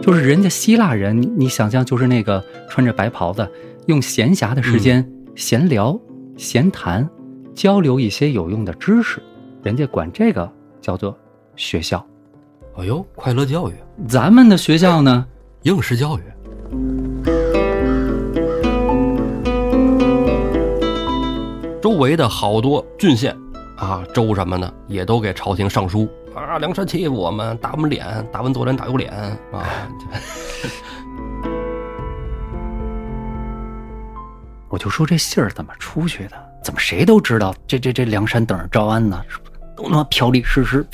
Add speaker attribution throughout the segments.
Speaker 1: 就是人家希腊人，你你想象就是那个穿着白袍的，用闲暇的时间闲聊、闲谈，交流一些有用的知识，人家管这个叫做学校。
Speaker 2: 哎呦，快乐教育，
Speaker 1: 咱们的学校呢，
Speaker 2: 应试教育，周围的好多郡县啊、州什么的，也都给朝廷上书啊，梁山欺负我们，打我们脸，打完左脸打右脸啊。
Speaker 1: 我就说这信儿怎么出去的？怎么谁都知道这这这梁山等着招安呢？是不是都他妈嫖李师师，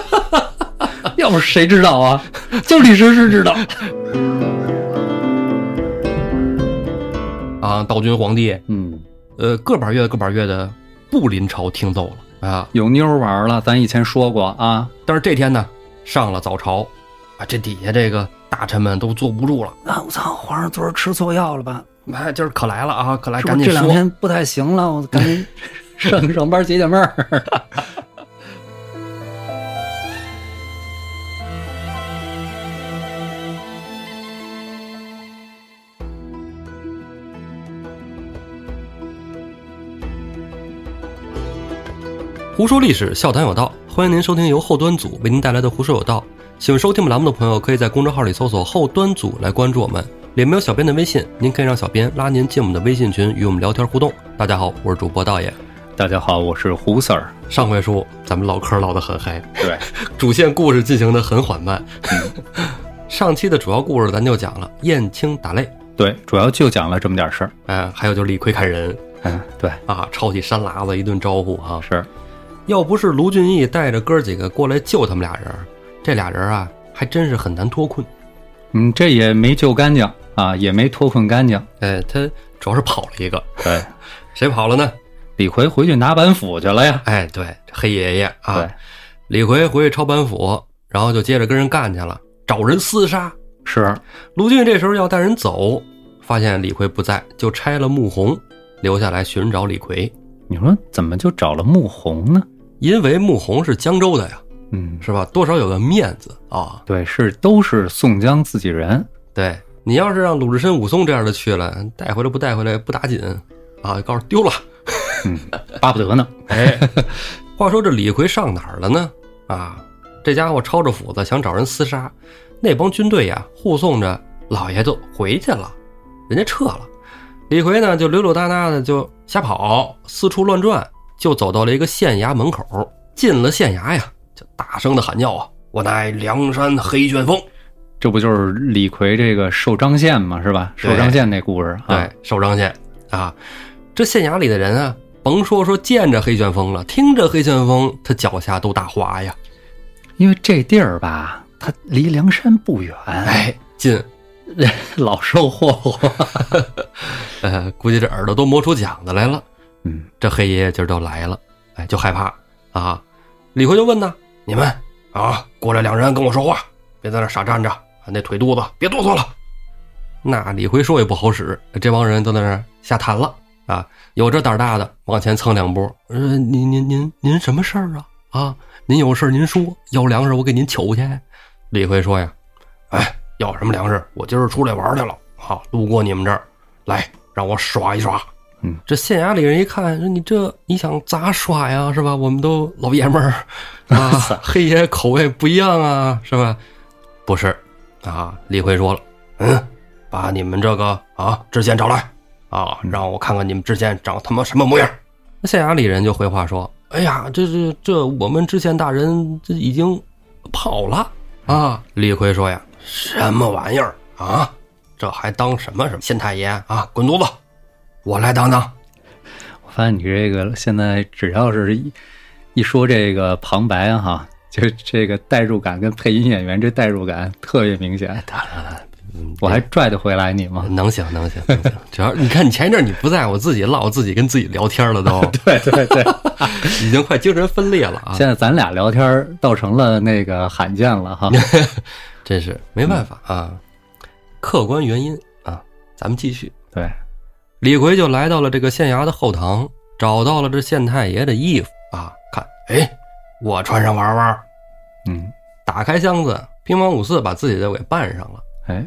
Speaker 1: 要不谁知道啊？就李师师知道。
Speaker 2: 啊，道君皇帝，
Speaker 1: 嗯，
Speaker 2: 呃，个把月个把月的不临朝听奏了啊。
Speaker 1: 有妞儿玩了，咱以前说过啊。
Speaker 2: 但是这天呢，上了早朝，啊，这底下这个大臣们都坐不住了，
Speaker 1: 啊，我操，皇上昨儿吃错药了吧？
Speaker 2: 哎，今儿可来了啊，可来，
Speaker 1: 是不
Speaker 2: 赶
Speaker 1: 是
Speaker 2: 紧
Speaker 1: 这两
Speaker 2: 说。
Speaker 1: 天不太行了？我赶 紧上上班解解闷儿。
Speaker 2: 胡说历史，笑谈有道。欢迎您收听由后端组为您带来的《胡说有道》。喜欢收听我们栏目的朋友，可以在公众号里搜索“后端组”来关注我们。里面有小编的微信，您可以让小编拉您进我们的微信群，与我们聊天互动。大家好，我是主播道爷。
Speaker 1: 大家好，我是胡 Sir。
Speaker 2: 上回书咱们唠嗑唠得很嗨，
Speaker 1: 对，
Speaker 2: 主线故事进行得很缓慢。 上期的主要故事咱就讲了燕青打擂，
Speaker 1: 对，主要就讲了这么点事儿。
Speaker 2: 哎，还有就是李逵砍人
Speaker 1: 嗯，对，
Speaker 2: 啊，抄起山喇子一顿招呼啊。
Speaker 1: 是
Speaker 2: 要不是卢俊义带着哥儿几个过来救他们俩人儿，这俩人儿啊，还真是很难脱困。
Speaker 1: 嗯，这也没救干净啊，也没脱困干净。
Speaker 2: 哎，他主要是跑了一个，
Speaker 1: 对，
Speaker 2: 谁跑了呢？
Speaker 1: 李逵回去拿板斧去了呀。
Speaker 2: 哎，对，黑爷爷
Speaker 1: 对
Speaker 2: 啊，，李逵回去抄板斧，然后就接着跟人干去了，找人厮杀。
Speaker 1: 是
Speaker 2: 卢俊义这时候要带人走，发现李逵不在，就拆了穆弘，留下来寻找李逵，
Speaker 1: 你说怎么就找了穆弘呢？
Speaker 2: 因为穆弘是江州的呀，
Speaker 1: 嗯，
Speaker 2: 是吧？多少有个面子啊。
Speaker 1: 对，是都是宋江自己人。
Speaker 2: 对你要是让鲁智深、武松这样的去了，带回来不带回来不打紧啊，告诉丢了。
Speaker 1: 嗯，巴不得呢。
Speaker 2: 哎， 话说这李逵上哪儿了呢？啊，这家伙抄着斧子想找人厮杀，那帮军队呀护送着老爷子回去了，人家撤了。李逵呢就溜溜达达的就瞎跑，四处乱转，就走到了一个县衙门口。进了县衙呀，就大声的喊叫啊：“我乃梁山黑旋风！”
Speaker 1: 这不就是李逵这个受张宪嘛，是吧？
Speaker 2: 对
Speaker 1: 受张宪那故事啊
Speaker 2: 对，，首张县啊，这县衙里的人啊，甭说说见着黑旋风了，听着黑旋风，他脚下都打滑呀。
Speaker 1: 因为这地儿吧，它离梁山不远，
Speaker 2: 哎，进，
Speaker 1: 老受霍霍。
Speaker 2: 呃，估计这耳朵都磨出茧子来了。
Speaker 1: 嗯，
Speaker 2: 这黑爷爷今儿就来了，哎，就害怕啊。李逵就问呢：“你们啊，过来两人跟我说话，别在那傻站着，那腿肚子别哆嗦了。”那李逵说也不好使，这帮人都在那儿瞎谈了啊。有这胆儿大的往前蹭两步，呃，您您您您什么事儿啊？啊，您有事儿您说，要粮食我给您取去。李逵说呀：“哎，要什么粮食？我今儿出来玩去了啊，路过你们这儿，来让我耍一耍。”这县衙里人一看，说你这你想咋耍呀，是吧？我们都老爷们儿啊，黑爷口味不一样啊，是吧？不是啊，李逵说了，嗯，把你们这个啊知县找来啊，让我看看你们知县长他妈什么模样。那县衙里人就回话说，哎呀，这这这我们知县大人这已经跑了啊。李逵说呀，什么玩意儿啊？这还当什么什么县太爷啊？滚犊子！我来当当。
Speaker 1: 我发现你这个现在只要是一一说这个旁白哈、就这个代入感跟配音演员这代入感特别明显，我还拽得回来你吗？
Speaker 2: 啊能行能行能行，主要你看你前一阵你不在，我自己唠，我自己跟自己聊天了都，
Speaker 1: 对对对，
Speaker 2: 已经快精神分裂了 啊！
Speaker 1: 现在咱俩聊天儿倒成了那个罕见了 哈。
Speaker 2: 真是没办法
Speaker 1: 嗯
Speaker 2: 啊，客观原因啊，咱们继续。
Speaker 1: 对，
Speaker 2: 李逵就来到了这个县衙的后堂，找到了这县太爷的衣服啊，看，哎，我穿上玩玩。
Speaker 1: 嗯，
Speaker 2: 打开箱子，兵马五四把自己的给办上了，
Speaker 1: 哎，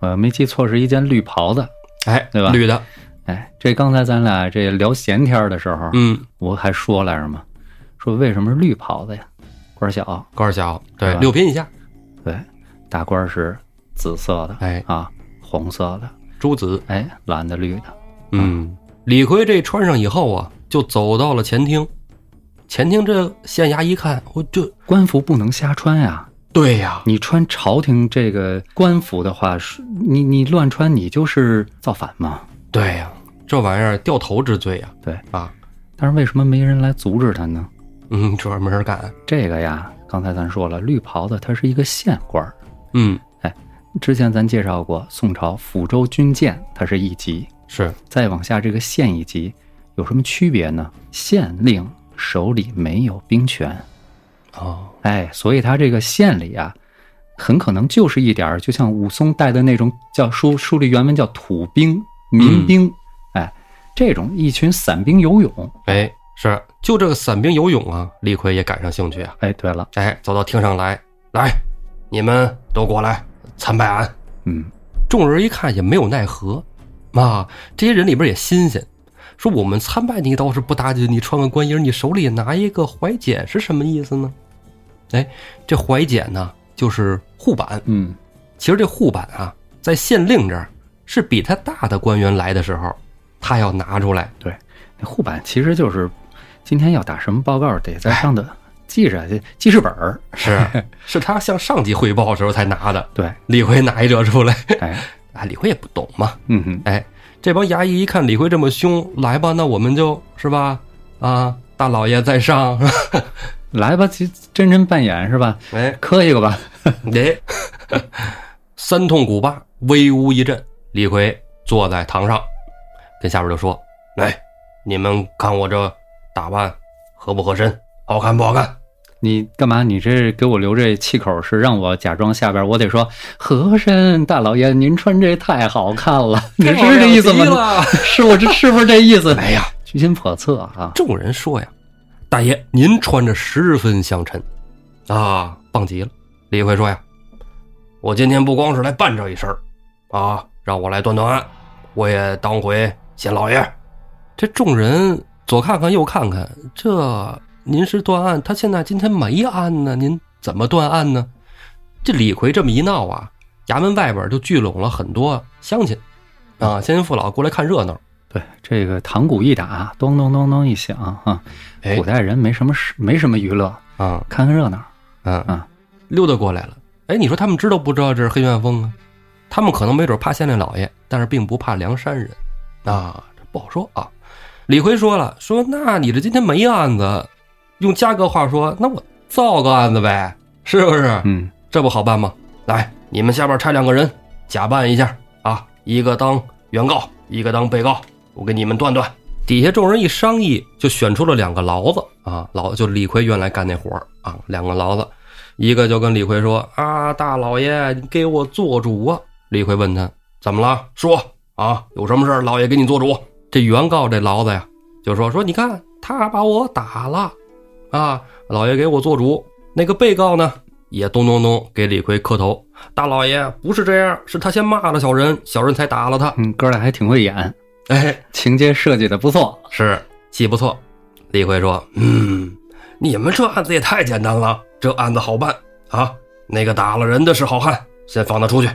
Speaker 1: 我没记错是一件绿袍子。
Speaker 2: 哎，
Speaker 1: 对吧
Speaker 2: 绿的，
Speaker 1: 哎，这刚才咱俩这聊闲天儿的时候，
Speaker 2: 嗯，
Speaker 1: 我还说来着嘛，说为什么是绿袍子呀？官儿小，
Speaker 2: 官儿小，对
Speaker 1: 是，吧
Speaker 2: 六品以下，
Speaker 1: 对，大官儿是紫色的，
Speaker 2: 哎，
Speaker 1: 啊，红色的，
Speaker 2: 朱子，
Speaker 1: 哎，蓝的、绿的，
Speaker 2: 嗯，李逵这穿上以后啊，就走到了前厅，前厅这县衙一看，我这
Speaker 1: 官服不能瞎穿呀、
Speaker 2: 对呀，
Speaker 1: 你穿朝廷这个官服的话，是你你乱穿，你就是造反嘛。
Speaker 2: 对呀，这玩意儿掉头之罪呀，
Speaker 1: 对
Speaker 2: 啊，
Speaker 1: 但是为什么没人来阻止他呢？
Speaker 2: 嗯，主要没人敢，
Speaker 1: 这个呀，刚才咱说了，绿袍子他是一个县官儿，
Speaker 2: 嗯，
Speaker 1: 之前咱介绍过，宋朝抚州军舰它是一级，
Speaker 2: 是，
Speaker 1: 再往下这个县一级有什么区别呢？县令手里没有兵权，
Speaker 2: 哦，
Speaker 1: 哎，所以他这个县里啊，很可能就是一点儿，就像武松带的那种叫书书里原文叫土兵、民兵，哎，这种一群散兵游勇。
Speaker 2: 哎，是，就这个散兵游勇啊，李逵也赶上兴趣啊，
Speaker 1: 哎，对了，
Speaker 2: 哎，走到厅上来，来，你们都过来参拜俺。
Speaker 1: 嗯，
Speaker 2: 众人一看也没有奈何，啊，这些人里边也新鲜，说我们参拜你倒是不打紧，你穿个官衣，你手里拿一个怀简是什么意思呢？哎，这怀简呢，就是护板。
Speaker 1: 嗯，
Speaker 2: 其实这护板啊，在县令这儿是比他大的官员来的时候，他要拿出来。
Speaker 1: 那护板其实就是今天要打什么报告，得在上头记着，这记事本儿。
Speaker 2: 是，是他向上级汇报的时候才拿的。
Speaker 1: 对，
Speaker 2: 李逵拿一这出来，
Speaker 1: 哎，
Speaker 2: 啊，李逵也不懂嘛。
Speaker 1: 嗯哼，
Speaker 2: 哎，这帮衙役一看李逵这么凶，来吧，那我们就是吧，啊，大老爷在上，
Speaker 1: 来吧，真真人扮演是吧？
Speaker 2: 哎，
Speaker 1: 磕一个吧。
Speaker 2: 得、哎三通鼓罢，威武一阵。李逵坐在堂上，跟下边就说：“来，你们看我这打扮合不合身，好看不好看？
Speaker 1: 你干嘛？你这给我留这气口是让我假装下边，我得说和珅大老爷，您穿这太好看了，你是这意思
Speaker 2: 太好
Speaker 1: 吗？
Speaker 2: 了
Speaker 1: 是我这是不是这意思？
Speaker 2: 哎呀，
Speaker 1: 居心叵测啊！
Speaker 2: 众人说呀：“大爷，您穿着十分相衬，啊，棒极了。”李逵说呀：“我今天不光是来办这一事儿，啊，让我来断断案，我也当回县老爷。”这众人左看看右看看，这您是断案，他现在今天没案呢，您怎么断案呢？这李逵这么一闹啊，衙门外边就聚拢了很多乡亲，啊，乡亲父老过来看热闹。
Speaker 1: 对，这个堂鼓一打，啊咚咚咚咚一响啊！
Speaker 2: 哎
Speaker 1: 古，代人没什么事，没什么娱乐，
Speaker 2: 啊，
Speaker 1: 看看热闹。
Speaker 2: 嗯
Speaker 1: 啊，
Speaker 2: 溜达过来了。哎，你说他们知道不知道这是黑旋风啊？他们可能没准怕县令老爷，但是并不怕梁山人啊，这不好说啊。李逵说了，说那你这今天没案子，用嘉哥话说，那我造个案子呗，是不是？
Speaker 1: 嗯，
Speaker 2: 这不好办吗？来，你们下边差两个人，假扮一下啊，一个当原告，一个当被告，我给你们断断。底下众人一商议，就选出了两个牢子啊，牢就李逵原来干那活儿啊，两个牢子，一个就跟李逵说啊，大老爷，你给我做主啊。李逵问他怎么了，说啊，有什么事儿，老爷给你做主。这原告这牢子呀，就说说你看他把我打了，啊，老爷给我做主。那个被告呢，也咚咚咚给李逵磕头，大老爷不是这样，是他先骂了小人，小人才打了他。
Speaker 1: 嗯，哥俩还挺会演，
Speaker 2: 哎，
Speaker 1: 情节设计的不错。
Speaker 2: 是戏不错。李逵说：“嗯，你们这案子也太简单了，这案子好办啊。那个打了人的是好汉，先放他出去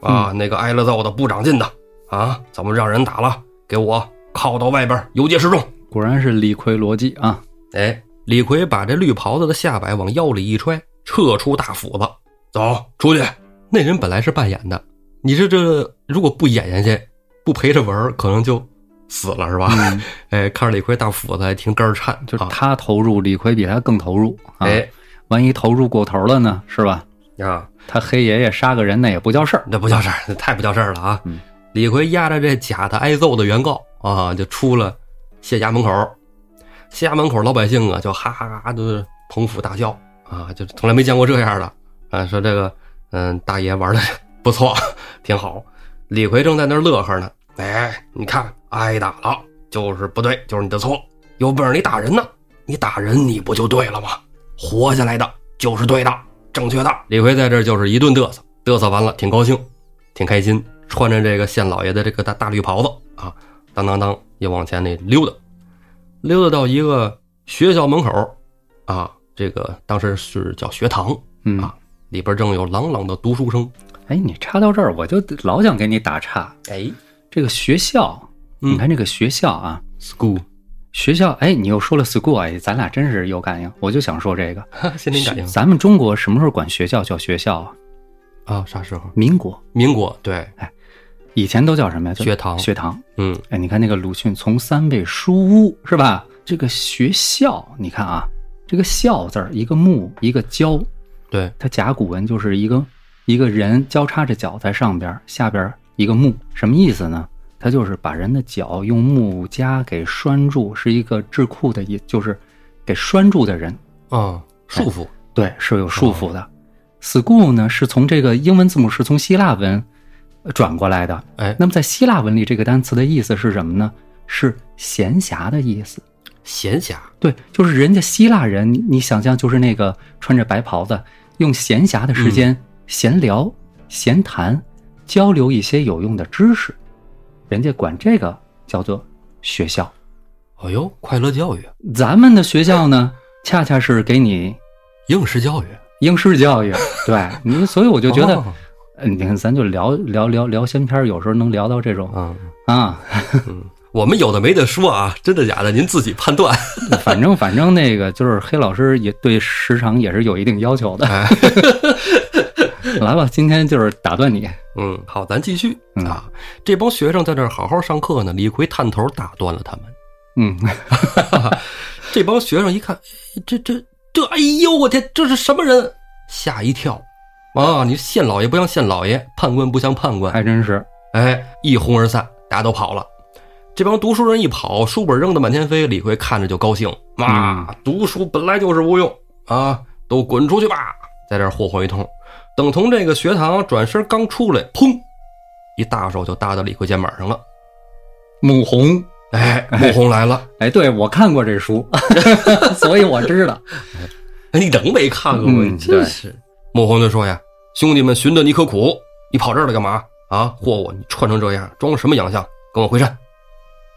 Speaker 2: 啊。那个挨了揍的不长进的啊，怎么让人打了？给我铐到外边，游街示众。
Speaker 1: 果然是理亏逻辑啊！”
Speaker 2: 哎，李逵把这绿袍子的下摆往腰里一揣，撤出大斧子，走出去。那人本来是扮演的，你这这如果不演下去，不陪着玩儿，可能就死了是吧？
Speaker 1: 嗯，
Speaker 2: 哎，看着李逵大斧子，还挺肝儿颤，
Speaker 1: 就是
Speaker 2: 啊
Speaker 1: 他投入，李逵比他更投入啊。
Speaker 2: 哎
Speaker 1: 万一投入过头了呢，是吧？
Speaker 2: 啊，
Speaker 1: 他黑爷爷杀个人那也不叫事儿。
Speaker 2: 那不叫事儿，那太不叫事儿了啊！
Speaker 1: 嗯
Speaker 2: 李逵压着这假的挨揍的原告啊，就出了县衙门口。县衙门口老百姓啊，就哈哈哈，就是捧腹大笑啊，就从来没见过这样的啊。说这个，嗯，大爷玩的不错，挺好。李逵正在那儿乐呵呢，哎，你看挨打了，就是不对，就是你的错。有本事你打人呢，你打人你不就对了吗？活下来的就是对的，正确的。李逵在这儿就是一顿嘚瑟，嘚瑟完了挺高兴，挺开心，穿着这个县老爷的这个大大绿袍子啊，当当当也往前那溜达，溜达到一个学校门口啊，这个当时是叫学堂，
Speaker 1: 嗯
Speaker 2: 啊，里边正有朗朗的读书声。
Speaker 1: 哎，你插到这儿，我就老想给你打岔。
Speaker 2: 哎
Speaker 1: 这个学校，
Speaker 2: 嗯
Speaker 1: 你看这个学校啊，
Speaker 2: ，school，
Speaker 1: 学校，哎，你又说了 school，哎，咱俩真是有感应。我就想说这个，
Speaker 2: 心灵感应
Speaker 1: 咱们中国什么时候管学校叫学校啊？
Speaker 2: 啊，啥时候？
Speaker 1: 民国
Speaker 2: 民国对，
Speaker 1: 以前都叫什么呀？就
Speaker 2: 学堂
Speaker 1: 学堂。
Speaker 2: 嗯
Speaker 1: 哎，你看那个鲁迅从三味书屋是吧？这个学校，你看啊，这个校字儿，一个木，一个交，
Speaker 2: 对，
Speaker 1: 它甲骨文就是一个一个人交叉着脚在上边儿，下边儿一个木，什么意思呢？它就是把人的脚用木夹给拴住，是一个智库的，也就是给拴住的人，
Speaker 2: 啊，束缚，
Speaker 1: 对，是有束缚的。school 呢是从这个英文字母是从希腊文呃转过来的，
Speaker 2: 哎，
Speaker 1: 那么在希腊文里这个单词的意思是什么呢？是闲暇的意思。
Speaker 2: 闲暇，
Speaker 1: 对，就是人家希腊人，你你想象就是那个穿着白袍子，用闲暇的时间闲聊、闲谈，交流一些有用的知识，人家管这个叫做学校。
Speaker 2: 哎呦，快乐教育，
Speaker 1: 咱们的学校呢，恰恰是给你
Speaker 2: 应试教育，
Speaker 1: 应试教育，对你，所以我就觉得
Speaker 2: 哦，
Speaker 1: 呃你看，咱就聊聊聊聊闲篇儿，有时候能聊到这种
Speaker 2: 嗯。
Speaker 1: 啊，
Speaker 2: 嗯，我们有的没得说啊，真的假的您自己判断。
Speaker 1: 反正反正那个就是黑老师也对时长也是有一定要求的。
Speaker 2: 哎
Speaker 1: 来吧，今天就是打断你。
Speaker 2: 嗯，好，咱继续
Speaker 1: 嗯
Speaker 2: 啊。这帮学生在这儿好好上课呢，李逵探头打断了他们。
Speaker 1: 嗯，
Speaker 2: 这帮学生一看，哎这这这，哎呦我天，这是什么人？吓一跳啊！你县老爷不像县老爷，判官不像判官，
Speaker 1: 还真是。
Speaker 2: 哎，一哄而散，大家都跑了。这帮读书人一跑，书本扔得满天飞，李逵看着就高兴啊！读书本来就是无用啊，都滚出去吧！在这儿霍霍一通，等从这个学堂转身刚出来，砰，一大手就搭到李逵肩膀上了。
Speaker 1: 母红，
Speaker 2: 哎，穆红来了，
Speaker 1: 哎，对我看过这书， 所以我知道。
Speaker 2: 哎你能没看过吗？
Speaker 1: 嗯
Speaker 2: 你真是。穆红就说呀：“兄弟们寻得你可苦，你跑这儿来干嘛啊？霍霍，你穿成这样，装什么洋相？跟我回山。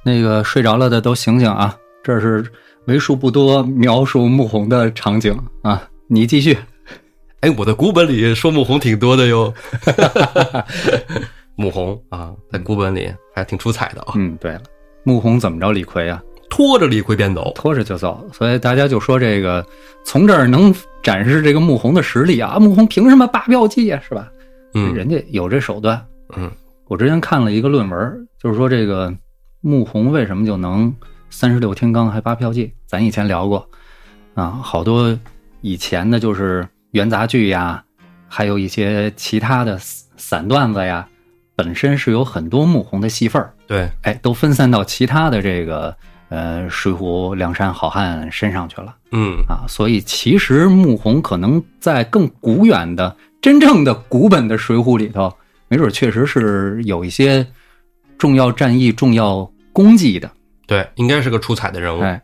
Speaker 1: 那个睡着了的都醒醒啊！这是为数不多描述穆红的场景啊。你继续，”
Speaker 2: 哎，我的古本里说穆红挺多 的哟。穆红啊，在古本里还挺出彩的啊，
Speaker 1: 嗯，对了，穆红怎么着？李逵啊，
Speaker 2: 拖着李逵便走。
Speaker 1: 拖着就走，所以大家就说这个从这儿能展示这个穆红的实力啊！穆红凭什么罢庙计啊？是吧？
Speaker 2: 嗯
Speaker 1: 人家有这手段。
Speaker 2: 嗯，
Speaker 1: 我之前看了一个论文，就是说这个穆弘为什么就能三十六天罡还八票记，咱以前聊过啊，好多以前的就是元杂剧呀，还有一些其他的散散段子呀，本身是有很多穆弘的戏份儿，
Speaker 2: 对，
Speaker 1: 哎，都分散到其他的这个呃《水浒》《梁山好汉》身上去了。
Speaker 2: 嗯，
Speaker 1: 啊，所以其实穆弘可能在更古远的、真正的古本的《水浒》里头，没准确实是有一些重要战役、重要功绩的。
Speaker 2: 对，应该是个出彩的人物。
Speaker 1: 哎，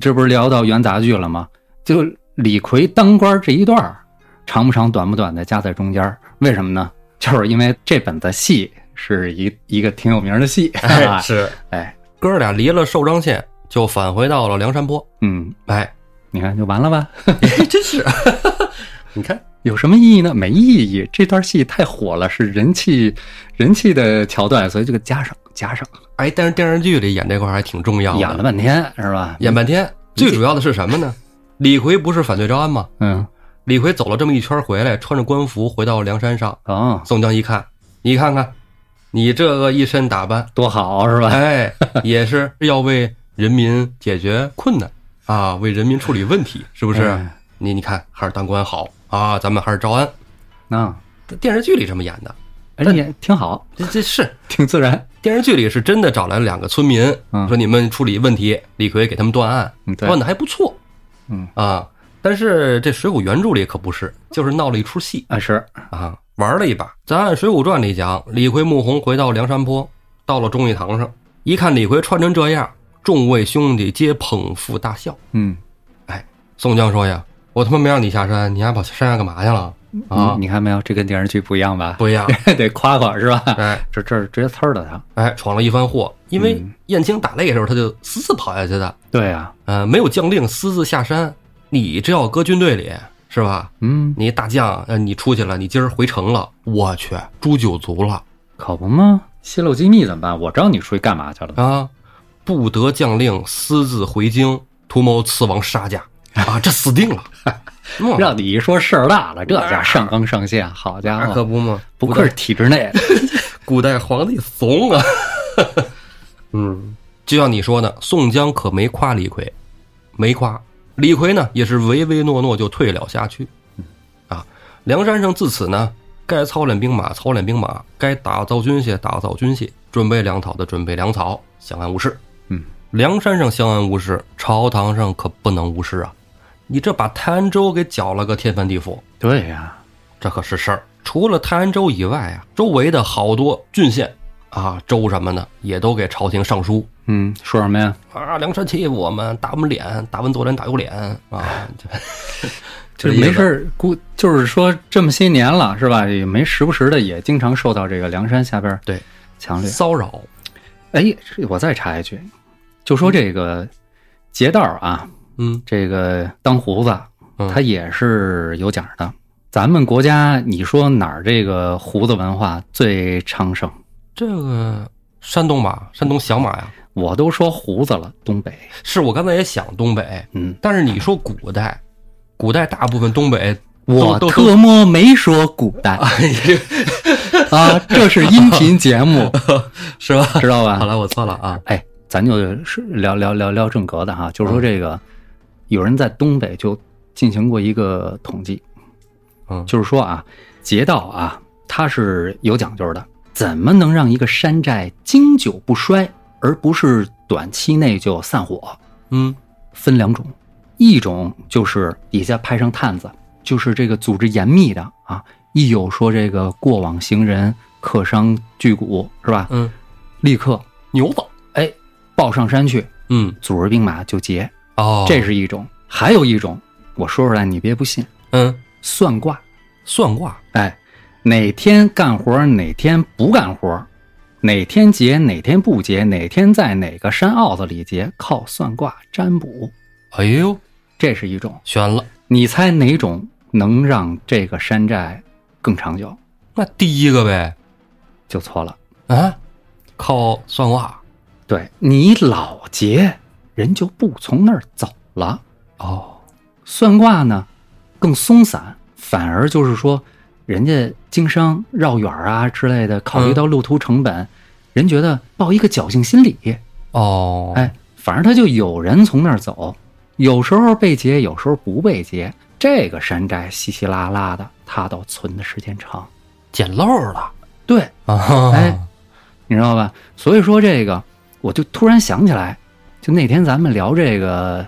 Speaker 1: 这不是聊到元杂剧了吗？就李逵当官这一段儿长不长、短不短的夹在中间儿，为什么呢？就是因为这本子戏是一一个挺有名的戏，
Speaker 2: 哎 是，
Speaker 1: 哎，
Speaker 2: 哥俩离了寿张县，就返回到了梁山泊。
Speaker 1: 嗯，
Speaker 2: 哎，
Speaker 1: 你看就完了吧？
Speaker 2: 真 是，你看，
Speaker 1: 有什么意义呢？没意义。这段戏太火了，是人气人气的桥段，所以这个加上加上
Speaker 2: 哎，但是电视剧里演这块儿还挺重要的，
Speaker 1: 演了半天是吧？
Speaker 2: 演半天。最主要的是什么呢？李逵不是反对招安吗？
Speaker 1: 嗯
Speaker 2: 李逵走了这么一圈回来，穿着官服回到梁山上，
Speaker 1: 哦，
Speaker 2: 宋江一看，你看看，你这个一身 打扮，
Speaker 1: 多好是吧？
Speaker 2: 哎，也是要为人民解决困难啊，为人民处理问题，是不是
Speaker 1: 哎？
Speaker 2: 你你看，还是当官好啊，咱们还是招安。
Speaker 1: 啊，
Speaker 2: 电视剧里这么演的，
Speaker 1: 而且挺好，
Speaker 2: 这这是
Speaker 1: 挺自然。
Speaker 2: 电视剧里是真的找来了两个村民，
Speaker 1: 嗯
Speaker 2: 说你们处理问题，李逵给他们断案，
Speaker 1: 嗯对
Speaker 2: 断的还不错，
Speaker 1: 嗯
Speaker 2: 啊，但是这《水浒》原著里可不是，就是闹了一出戏
Speaker 1: 啊是，
Speaker 2: 啊，玩了一把。咱按《水浒传》里讲，李逵、穆弘回到梁山泊，到了忠义堂上，一看李逵穿成这样，众位兄弟皆捧腹大笑。
Speaker 1: 嗯
Speaker 2: 哎，宋江说呀：“我他妈没让你下山，你还跑山下干嘛去了？啊
Speaker 1: 嗯，你看没有，这跟电视剧不一样吧？
Speaker 2: 不一样，
Speaker 1: 得夸夸是吧？
Speaker 2: 哎
Speaker 1: 这这儿直接呲儿的他。
Speaker 2: 哎，闯了一番祸，因为
Speaker 1: 嗯
Speaker 2: 燕青打擂的时候，他就私自跑下去的，
Speaker 1: 对啊，
Speaker 2: 呃，没有将令私自下山，你只要搁军队里是吧？
Speaker 1: 嗯，
Speaker 2: 你大将，呃，你出去了，你今儿回城了，我去，诛九族了
Speaker 1: 可不吗？泄露机密怎么办？我知道你出去干嘛去了。
Speaker 2: 啊！不得将令私自回京，图谋刺王杀驾啊，这死定了！嗯
Speaker 1: 让你一说事儿大了，这家伙上纲上线，好家
Speaker 2: 那可
Speaker 1: 伙，
Speaker 2: 不嘛，
Speaker 1: 不愧是体制内的。
Speaker 2: 古代皇帝怂啊。 嗯，就像你说的，宋江可没夸李逵，没夸李逵呢，也是唯唯诺诺就退了下去。啊，梁山上自此呢，该操练兵马操练兵马，该打造军械打造军械，准备粮草的准备粮草，相安无事。
Speaker 1: 嗯，
Speaker 2: 梁山上相安无事，朝堂上可不能无事啊！你这把泰安州给搅了个天翻地覆，
Speaker 1: 对呀，
Speaker 2: 这可是事儿。除了泰安州以外啊，周围的好多郡县啊、州什么的，也都给朝廷上书
Speaker 1: 嗯，说什么呀？
Speaker 2: 啊，梁山欺负我们，打我们脸，打完左脸打右脸啊，这
Speaker 1: 就
Speaker 2: 这
Speaker 1: 是
Speaker 2: 意思
Speaker 1: 没事儿，估就是说这么些年了，是吧？也没时不时的也经常受到这个梁山下边儿
Speaker 2: 对
Speaker 1: 强掠。
Speaker 2: 骚扰，
Speaker 1: 哎，这我再插一句，就说这个劫道啊，
Speaker 2: 嗯
Speaker 1: 这个当胡子
Speaker 2: 嗯，
Speaker 1: 他也是有讲的。咱们国家，你说哪儿这个胡子文化最昌盛？
Speaker 2: 这个山东马，山东响马呀，
Speaker 1: 我都说胡子了，东北，
Speaker 2: 是我刚才也想东北，
Speaker 1: 嗯，
Speaker 2: 但是你说古代，古代大部分东北都
Speaker 1: 我
Speaker 2: 都
Speaker 1: 特么没说古代啊，这是音频节 目，
Speaker 2: 是吧？
Speaker 1: 知道吧？
Speaker 2: 好了，我错了啊，
Speaker 1: 哎，咱就是聊聊聊聊正格的哈，就是说这个，有人在东北就进行过一个统计，
Speaker 2: 嗯，
Speaker 1: 就是说啊，劫道啊，它是有讲究的，怎么能让一个山寨经久不衰，而不是短期内就散伙？
Speaker 2: 嗯
Speaker 1: 分两种，一种就是底下派上探子，就是这个组织严密的啊，一有说这个过往行人客商巨贾是吧，
Speaker 2: 嗯，
Speaker 1: 立刻
Speaker 2: 牛子，
Speaker 1: 哎报上山去。
Speaker 2: 嗯
Speaker 1: 组织兵马就劫，
Speaker 2: 哦，
Speaker 1: 这是一种；还有一种，我说出来你别不信，
Speaker 2: 嗯
Speaker 1: 算卦。
Speaker 2: 算卦，
Speaker 1: 哎，哪天干活，哪天不干活，哪天劫，哪天不劫，哪天在哪个山坳子里劫，靠算卦占卜，
Speaker 2: 哎呦，
Speaker 1: 这是一种。
Speaker 2: 悬了。
Speaker 1: 你猜哪种能让这个山寨更长久？
Speaker 2: 那第一个呗，
Speaker 1: 就错了，
Speaker 2: 啊，靠算卦
Speaker 1: 对你老劫，人就不从那儿走了。
Speaker 2: 哦，
Speaker 1: 算卦呢更松散，反而就是说，人家经商绕远儿啊之类的，考虑到路途成本，人觉得抱一个侥幸心理，
Speaker 2: 哦，，
Speaker 1: 哎，反正他就有人从那儿走，有时候被劫，有时候不被劫。这个山寨稀稀拉拉的，他倒存的时间长。
Speaker 2: 捡漏了
Speaker 1: 对，
Speaker 2: 啊，
Speaker 1: 哎，你知道吧？所以说这个，我就突然想起来，就那天咱们聊这个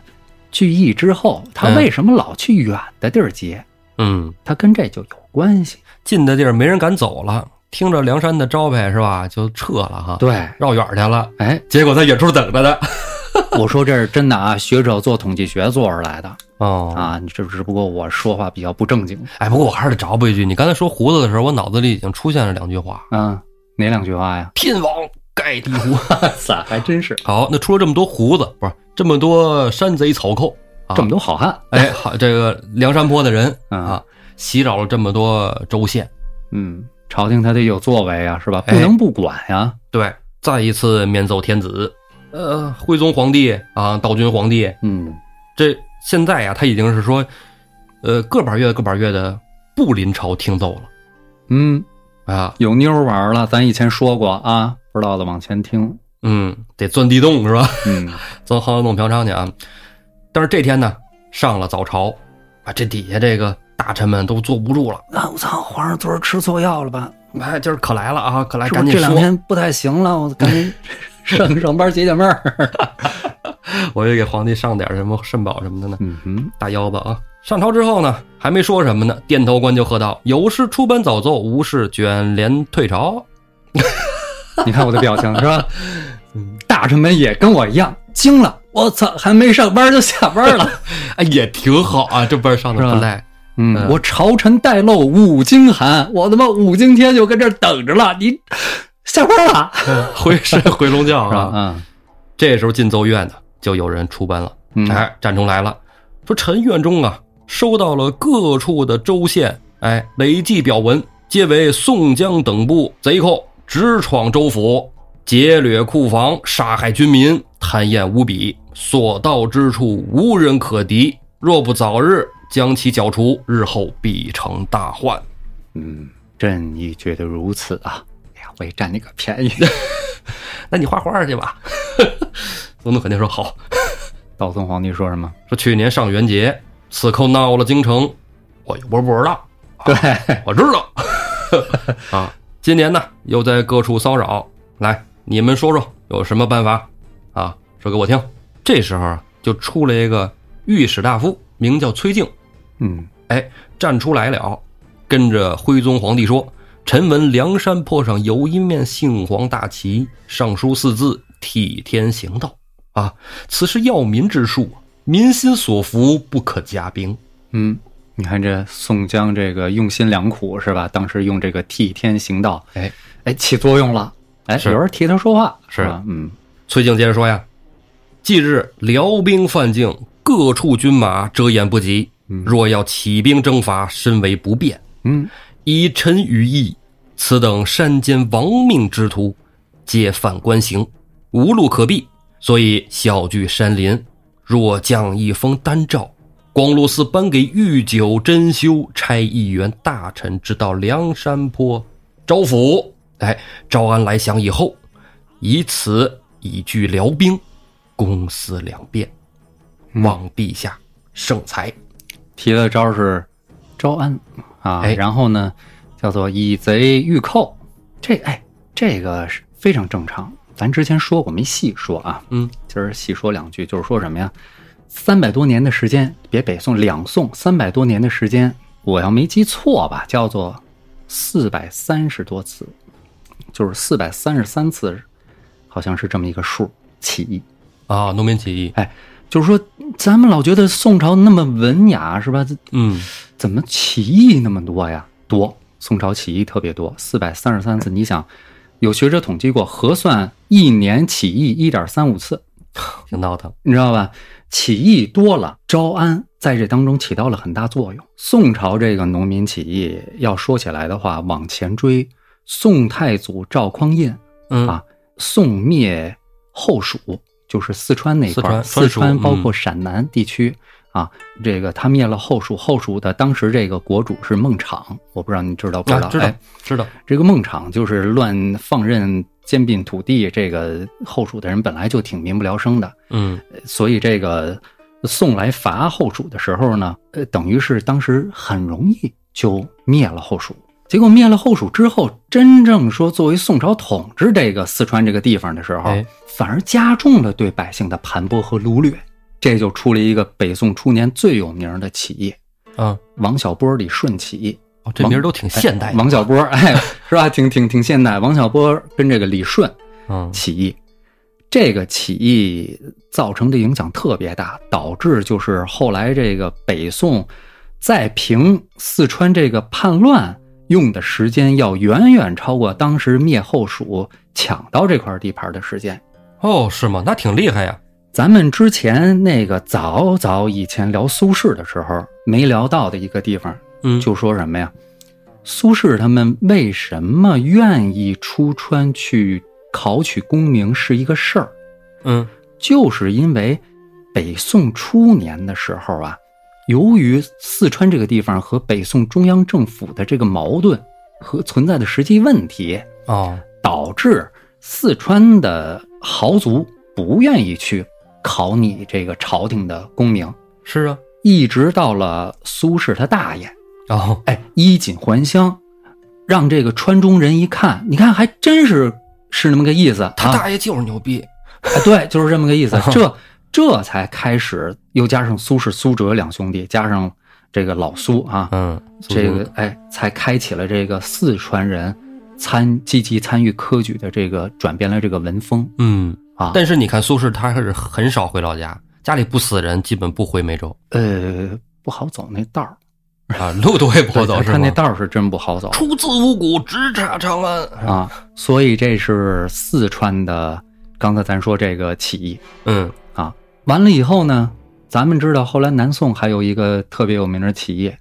Speaker 1: 聚义之后，他
Speaker 2: 嗯
Speaker 1: 为什么老去远的地儿劫？
Speaker 2: 嗯，
Speaker 1: 它跟这就有关系。
Speaker 2: 近的地儿没人敢走了，听着梁山的招牌是吧，就撤了哈，
Speaker 1: 对，
Speaker 2: 绕远儿去了，
Speaker 1: 哎，
Speaker 2: 结果在远处等着呢。
Speaker 1: 我说这是真的啊，学者做统计学做出来的
Speaker 2: 哦，
Speaker 1: 啊，你这只不过我说话比较不正经。
Speaker 2: 哎，不过我还是得找补一句，你刚才说胡子的时候，我脑子里已经出现了两句话：？
Speaker 1: 嗯，哪两句话呀
Speaker 2: 天王盖地虎。
Speaker 1: 咋还真是
Speaker 2: 好，那出了这么多胡子，不是这么多山贼草寇，啊
Speaker 1: 这么多好汉？
Speaker 2: 哎，好，这个梁山泊的人
Speaker 1: 嗯
Speaker 2: 啊，袭扰了这么多州县。
Speaker 1: 嗯，朝廷他得有作为啊，是吧？不
Speaker 2: 哎
Speaker 1: 能不管呀。
Speaker 2: 对，再一次面奏天子，呃，徽宗皇帝啊，道君皇帝，
Speaker 1: 嗯，
Speaker 2: 这现在呀、他已经是说，呃，个把月个把月的不临朝听奏了
Speaker 1: 嗯，
Speaker 2: 啊，
Speaker 1: 有妞儿玩了，咱以前说过啊，不知道的往前听。
Speaker 2: 嗯，得钻地洞是吧？
Speaker 1: 嗯，
Speaker 2: 钻壕弄嫖娼去啊。但是这天呢，上了早朝，啊，这底下这个大臣们都坐不住了，
Speaker 1: 啊，我操，皇上昨儿吃错药了吧？
Speaker 2: 哎，今儿可来了啊，可来
Speaker 1: 是不
Speaker 2: 赶
Speaker 1: 是
Speaker 2: 紧
Speaker 1: 这两
Speaker 2: 说，
Speaker 1: 天不太行了？我赶紧 上上班解解闷儿。
Speaker 2: 我也给皇帝上点什么肾宝什么的呢。
Speaker 1: 嗯哼，
Speaker 2: 大腰子啊。上朝之后呢，还没说什么呢，殿头官就喝道：“有事出班早奏，无事卷帘退朝。
Speaker 1: 嗯你看我的表情是吧？大臣们也跟我一样，惊了，我操，还没上班就下班 了。嗯
Speaker 2: 哎，也挺好啊，这班上的
Speaker 1: 是吧
Speaker 2: 不赖。
Speaker 1: 嗯，我朝臣待漏五更寒，我他妈五更天就跟这儿等着了，你下班了
Speaker 2: 嗯回是回笼觉
Speaker 1: 是吧？
Speaker 2: 啊。
Speaker 1: 嗯
Speaker 2: 这时候进奏院的就有人出班了，
Speaker 1: 嗯
Speaker 2: 哎，战冲来了，说陈院中啊，收到了各处的州县，哎，累计表文，皆为宋江等部贼寇直闯州府，劫掠库房，杀害军民，贪厌无比，所到之处无人可敌。若不早日将其剿除，日后必成大患。
Speaker 1: 嗯，朕亦觉得如此啊。哎呀，我也占你个便 宜。
Speaker 2: 那你画画去吧。 宗统肯定说好。
Speaker 1: 道宗皇帝说什么？
Speaker 2: 说去年上元节，此寇闹了京城，我又不是不知道，
Speaker 1: 对，
Speaker 2: 哎我知道 啊。今年呢，又在各处骚扰，来，你们说说有什么办法啊？说给我听。这时候啊，就出来一个御史大夫，名叫崔敬，
Speaker 1: 嗯
Speaker 2: 哎，站出来了，跟着徽宗皇帝说：“臣闻梁山坡上有一面杏黄大旗，上书四字‘替天行道’啊，此是要民之术，民心所服，不可加兵。
Speaker 1: 嗯，你看这宋江这个用心良苦是吧？当时用这个替天行道，
Speaker 2: 哎，
Speaker 1: 哎，起作用了。哎，
Speaker 2: 是
Speaker 1: 有人替他说话
Speaker 2: 是
Speaker 1: 吧？嗯，”
Speaker 2: 崔敬接着说呀：“近日辽兵犯境，各处军马遮掩不及，若要起兵征伐，身为不便。
Speaker 1: 嗯，
Speaker 2: 以臣愚义，此等山间亡命之徒，皆犯官刑，无路可避，所以小聚山林。若降一封单诏，光禄寺颁给御酒真修差一员大臣，直到梁山坡招抚。哎，招安来降以后，以此以拒辽兵，公私两便，望陛下圣裁。
Speaker 1: 提的招是招安啊，
Speaker 2: 哎
Speaker 1: 然后呢，叫做以贼御寇。这哎，这个是非常正常。咱之前说过没细说啊，
Speaker 2: 嗯，
Speaker 1: 今儿细说两句，就是说什么呀？三百多年的时间，别北宋，两宋三百多年的时间，我要没记错吧，叫做四百三十多次，就是四百三十三次，好像是这么一个数起义。
Speaker 2: 啊，农民起义，
Speaker 1: 哎，就是说咱们老觉得宋朝那么文雅是吧？这
Speaker 2: 嗯，
Speaker 1: 怎么起义那么多呀？多，宋朝起义特别多，四百三十三次。你想，有学者统计过，核算一年起义一点三五次，
Speaker 2: 挺闹腾，
Speaker 1: 你知道吧？起义多了，招安在这当中起到了很大作用。宋朝这个农民起义要说起来的话，往前追，宋太祖赵匡胤
Speaker 2: 嗯
Speaker 1: 啊，宋灭后蜀，就是四川那一块儿，
Speaker 2: 四川
Speaker 1: 四
Speaker 2: 川
Speaker 1: 川
Speaker 2: 蜀
Speaker 1: 包
Speaker 2: 嗯
Speaker 1: 括陕南地区、啊。这个他灭了后蜀，后蜀的当时这个国主是孟昶，我不知道你知道不知道？
Speaker 2: 啊知道
Speaker 1: 哎
Speaker 2: 知道，
Speaker 1: 这个孟昶就是乱放任兼并土地，这个后蜀的人本来就挺民不聊生的，
Speaker 2: 嗯。
Speaker 1: 呃所以这个宋来伐后蜀的时候呢，呃，等于是当时很容易就灭了后蜀。结果灭了后蜀之后，真正说作为宋朝统治这个四川这个地方的时候，
Speaker 2: 哎
Speaker 1: 反而加重了对百姓的盘剥和掳掠，这就出了一个北宋初年最有名的起义
Speaker 2: 啊，
Speaker 1: ——王小波李顺起义。
Speaker 2: 哦，这
Speaker 1: 王
Speaker 2: 名儿都挺现代的。
Speaker 1: 王小波，哎，是吧？挺挺挺现代。王小波跟这个李顺
Speaker 2: 嗯
Speaker 1: 起义，这个起义造成的影响特别大，导致就是后来这个北宋在平四川这个叛乱用的时间要远远超过当时灭后蜀抢到这块地盘的时间。
Speaker 2: 哦，是吗？那挺厉害呀。
Speaker 1: 咱们之前那个早早以前聊苏轼的时候没聊到的一个地方，
Speaker 2: 嗯，
Speaker 1: 就说什么呀？苏轼他们为什么愿意出川去考取功名是一个事儿，
Speaker 2: 嗯
Speaker 1: 就是因为北宋初年的时候啊，由于四川这个地方和北宋中央政府的这个矛盾和存在的实际问题，
Speaker 2: 哦
Speaker 1: 导致四川的豪族不愿意去考你这个朝廷的功名，
Speaker 2: 是啊
Speaker 1: 一直到了苏轼他大爷。
Speaker 2: 哦
Speaker 1: 哎，衣锦还乡，让这个川中人一看，你看还真是是那么个意思。
Speaker 2: 他
Speaker 1: 啊
Speaker 2: 大爷就是牛逼。
Speaker 1: 哎对，就是这么个意思
Speaker 2: 啊。
Speaker 1: 这这才开始，又加上苏轼、苏辙两兄弟，加上这个老苏啊，
Speaker 2: 嗯，
Speaker 1: 这个哎，才开启了这个四川人参积极参与科举的这个转变了这个文风。
Speaker 2: 嗯
Speaker 1: 啊。
Speaker 2: 但是你看苏轼，他是很少回老家，家里不死人，基本不回梅州
Speaker 1: 呃，不好走那道儿，
Speaker 2: 啊，路 都也不好走，是
Speaker 1: 他那
Speaker 2: 吗？
Speaker 1: 道儿是真不好走
Speaker 2: 出自五谷，直插长安。
Speaker 1: 啊。所以这是四川的，刚才咱说这个起义
Speaker 2: 嗯
Speaker 1: 啊。完了以后呢，咱们知道后来南宋还有一个特别有名的起义，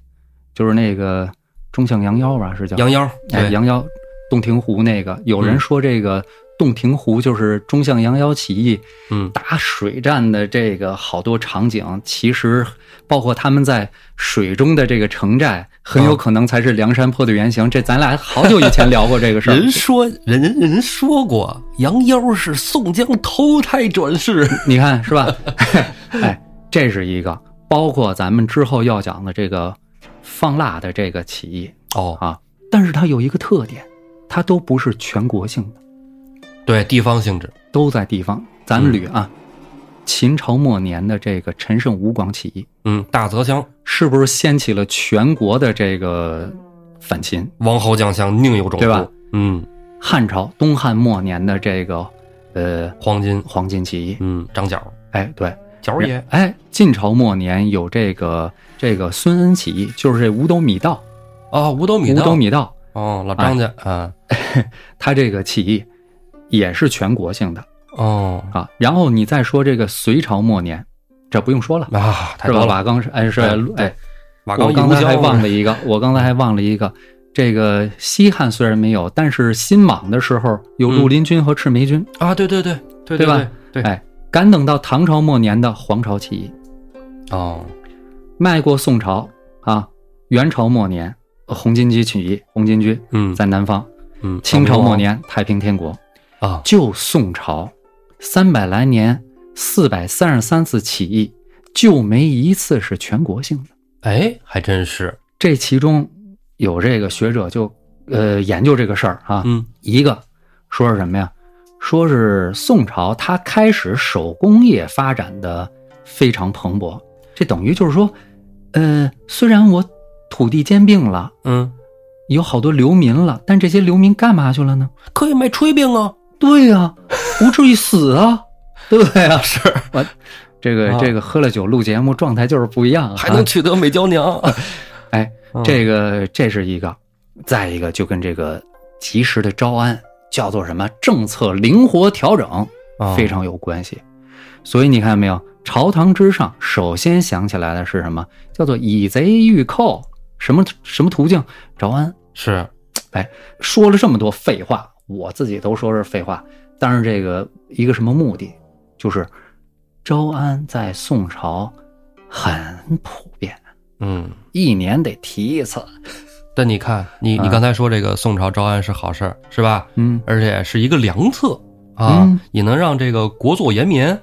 Speaker 1: 就是那个钟向阳妖吧，是叫
Speaker 2: 羊腰，
Speaker 1: 哎，
Speaker 2: 对，
Speaker 1: 杨妖洞庭湖那个，有人
Speaker 2: 嗯
Speaker 1: 说这个洞庭湖就是中向杨妖起义
Speaker 2: 嗯
Speaker 1: 打水战的这个好多场景，其实包括他们在水中的这个城寨，很
Speaker 2: 啊
Speaker 1: 有可能才是梁山泊的原型。这咱俩好久以前聊过这个事儿。
Speaker 2: 人说人人人说过，羊腰是宋江投胎转世。
Speaker 1: 你看是吧？ 哎，这是一个，包括咱们之后要讲的这个放辣的这个起义，
Speaker 2: 哦，
Speaker 1: 但是它有一个特点，它都不是全国性的。
Speaker 2: 对，地方性质。
Speaker 1: 都在地方。咱
Speaker 2: 嗯
Speaker 1: 们捋啊，秦朝末年的这个陈胜吴广起义，
Speaker 2: 嗯，大泽乡
Speaker 1: 是不是掀起了全国的这个反秦？
Speaker 2: 王侯将相宁有种
Speaker 1: 对吧
Speaker 2: 乎？嗯，
Speaker 1: 汉朝东汉末年的这个呃
Speaker 2: 黄金，
Speaker 1: 黄巾起义，
Speaker 2: 嗯，张角，
Speaker 1: 哎对，
Speaker 2: 角爷，
Speaker 1: 哎晋朝末年有这个这个孙恩起义，就是这五斗米道，
Speaker 2: 啊，五斗米
Speaker 1: 五
Speaker 2: 道，
Speaker 1: 斗米哎道，
Speaker 2: 哦，老张家，啊，
Speaker 1: 他这个起义也是全国性的
Speaker 2: 哦，
Speaker 1: 啊。然后你再说这个隋朝末年，这不用说了，
Speaker 2: 啊，太
Speaker 1: 是吧？
Speaker 2: 多了，
Speaker 1: 瓦岗是哎是
Speaker 2: 哎
Speaker 1: 哎
Speaker 2: 对。瓦
Speaker 1: 我
Speaker 2: 岗一
Speaker 1: 刚
Speaker 2: 炉
Speaker 1: 才
Speaker 2: 香
Speaker 1: 还忘了一个，我刚才还忘了一个，这个西汉虽然没有，但是新莽的时候有绿林军和赤眉军。
Speaker 2: 啊，对对对对
Speaker 1: 对吧
Speaker 2: 对嗯对，
Speaker 1: 哎，赶等到唐朝末年的黄巢起义，
Speaker 2: 哦，
Speaker 1: 迈过宋朝啊，元朝末年呃红巾军起义，红巾军
Speaker 2: 嗯，
Speaker 1: 在南方，
Speaker 2: 嗯，
Speaker 1: 清朝末年太平天国，
Speaker 2: 啊，
Speaker 1: 就宋朝三百来年，四百三十三次起义，就没一次是全国性的。
Speaker 2: 哎，还真是，
Speaker 1: 这其中有这个学者就呃研究这个事儿啊，
Speaker 2: 嗯
Speaker 1: 一个说是什么呀？说是宋朝它开始手工业发展的非常蓬勃，这等于就是说，呃，虽然我土地兼并了，
Speaker 2: 嗯，
Speaker 1: 有好多流民了，但这些流民干嘛去了呢？
Speaker 2: 可以卖炊饼啊，
Speaker 1: 对呀、不至于死啊，对 不对啊？是我 这个
Speaker 2: 啊
Speaker 1: 这个喝了酒录节目状态就是不一样啊，
Speaker 2: 还能娶得美娇娘，
Speaker 1: 哎，
Speaker 2: 嗯
Speaker 1: 这个这是一个，再一个就跟这个及时的招安叫做什么政策灵活调整
Speaker 2: 啊
Speaker 1: 非常有关系。所以你看没有，朝堂之上首先想起来的是什么？叫做以贼御寇，什么什么途径？招安。
Speaker 2: 是，
Speaker 1: 说了这么多废话，我自己都说是废话，但是这个一个什么目的？就是招安在宋朝很普遍，
Speaker 2: 嗯。
Speaker 1: 一年得提一次。
Speaker 2: 但你看，你你
Speaker 1: 嗯
Speaker 2: 刚才说这个宋朝招安是好事儿，是吧？
Speaker 1: 嗯，
Speaker 2: 而且是一个良策啊，
Speaker 1: 嗯
Speaker 2: 也能让这个国祚延绵。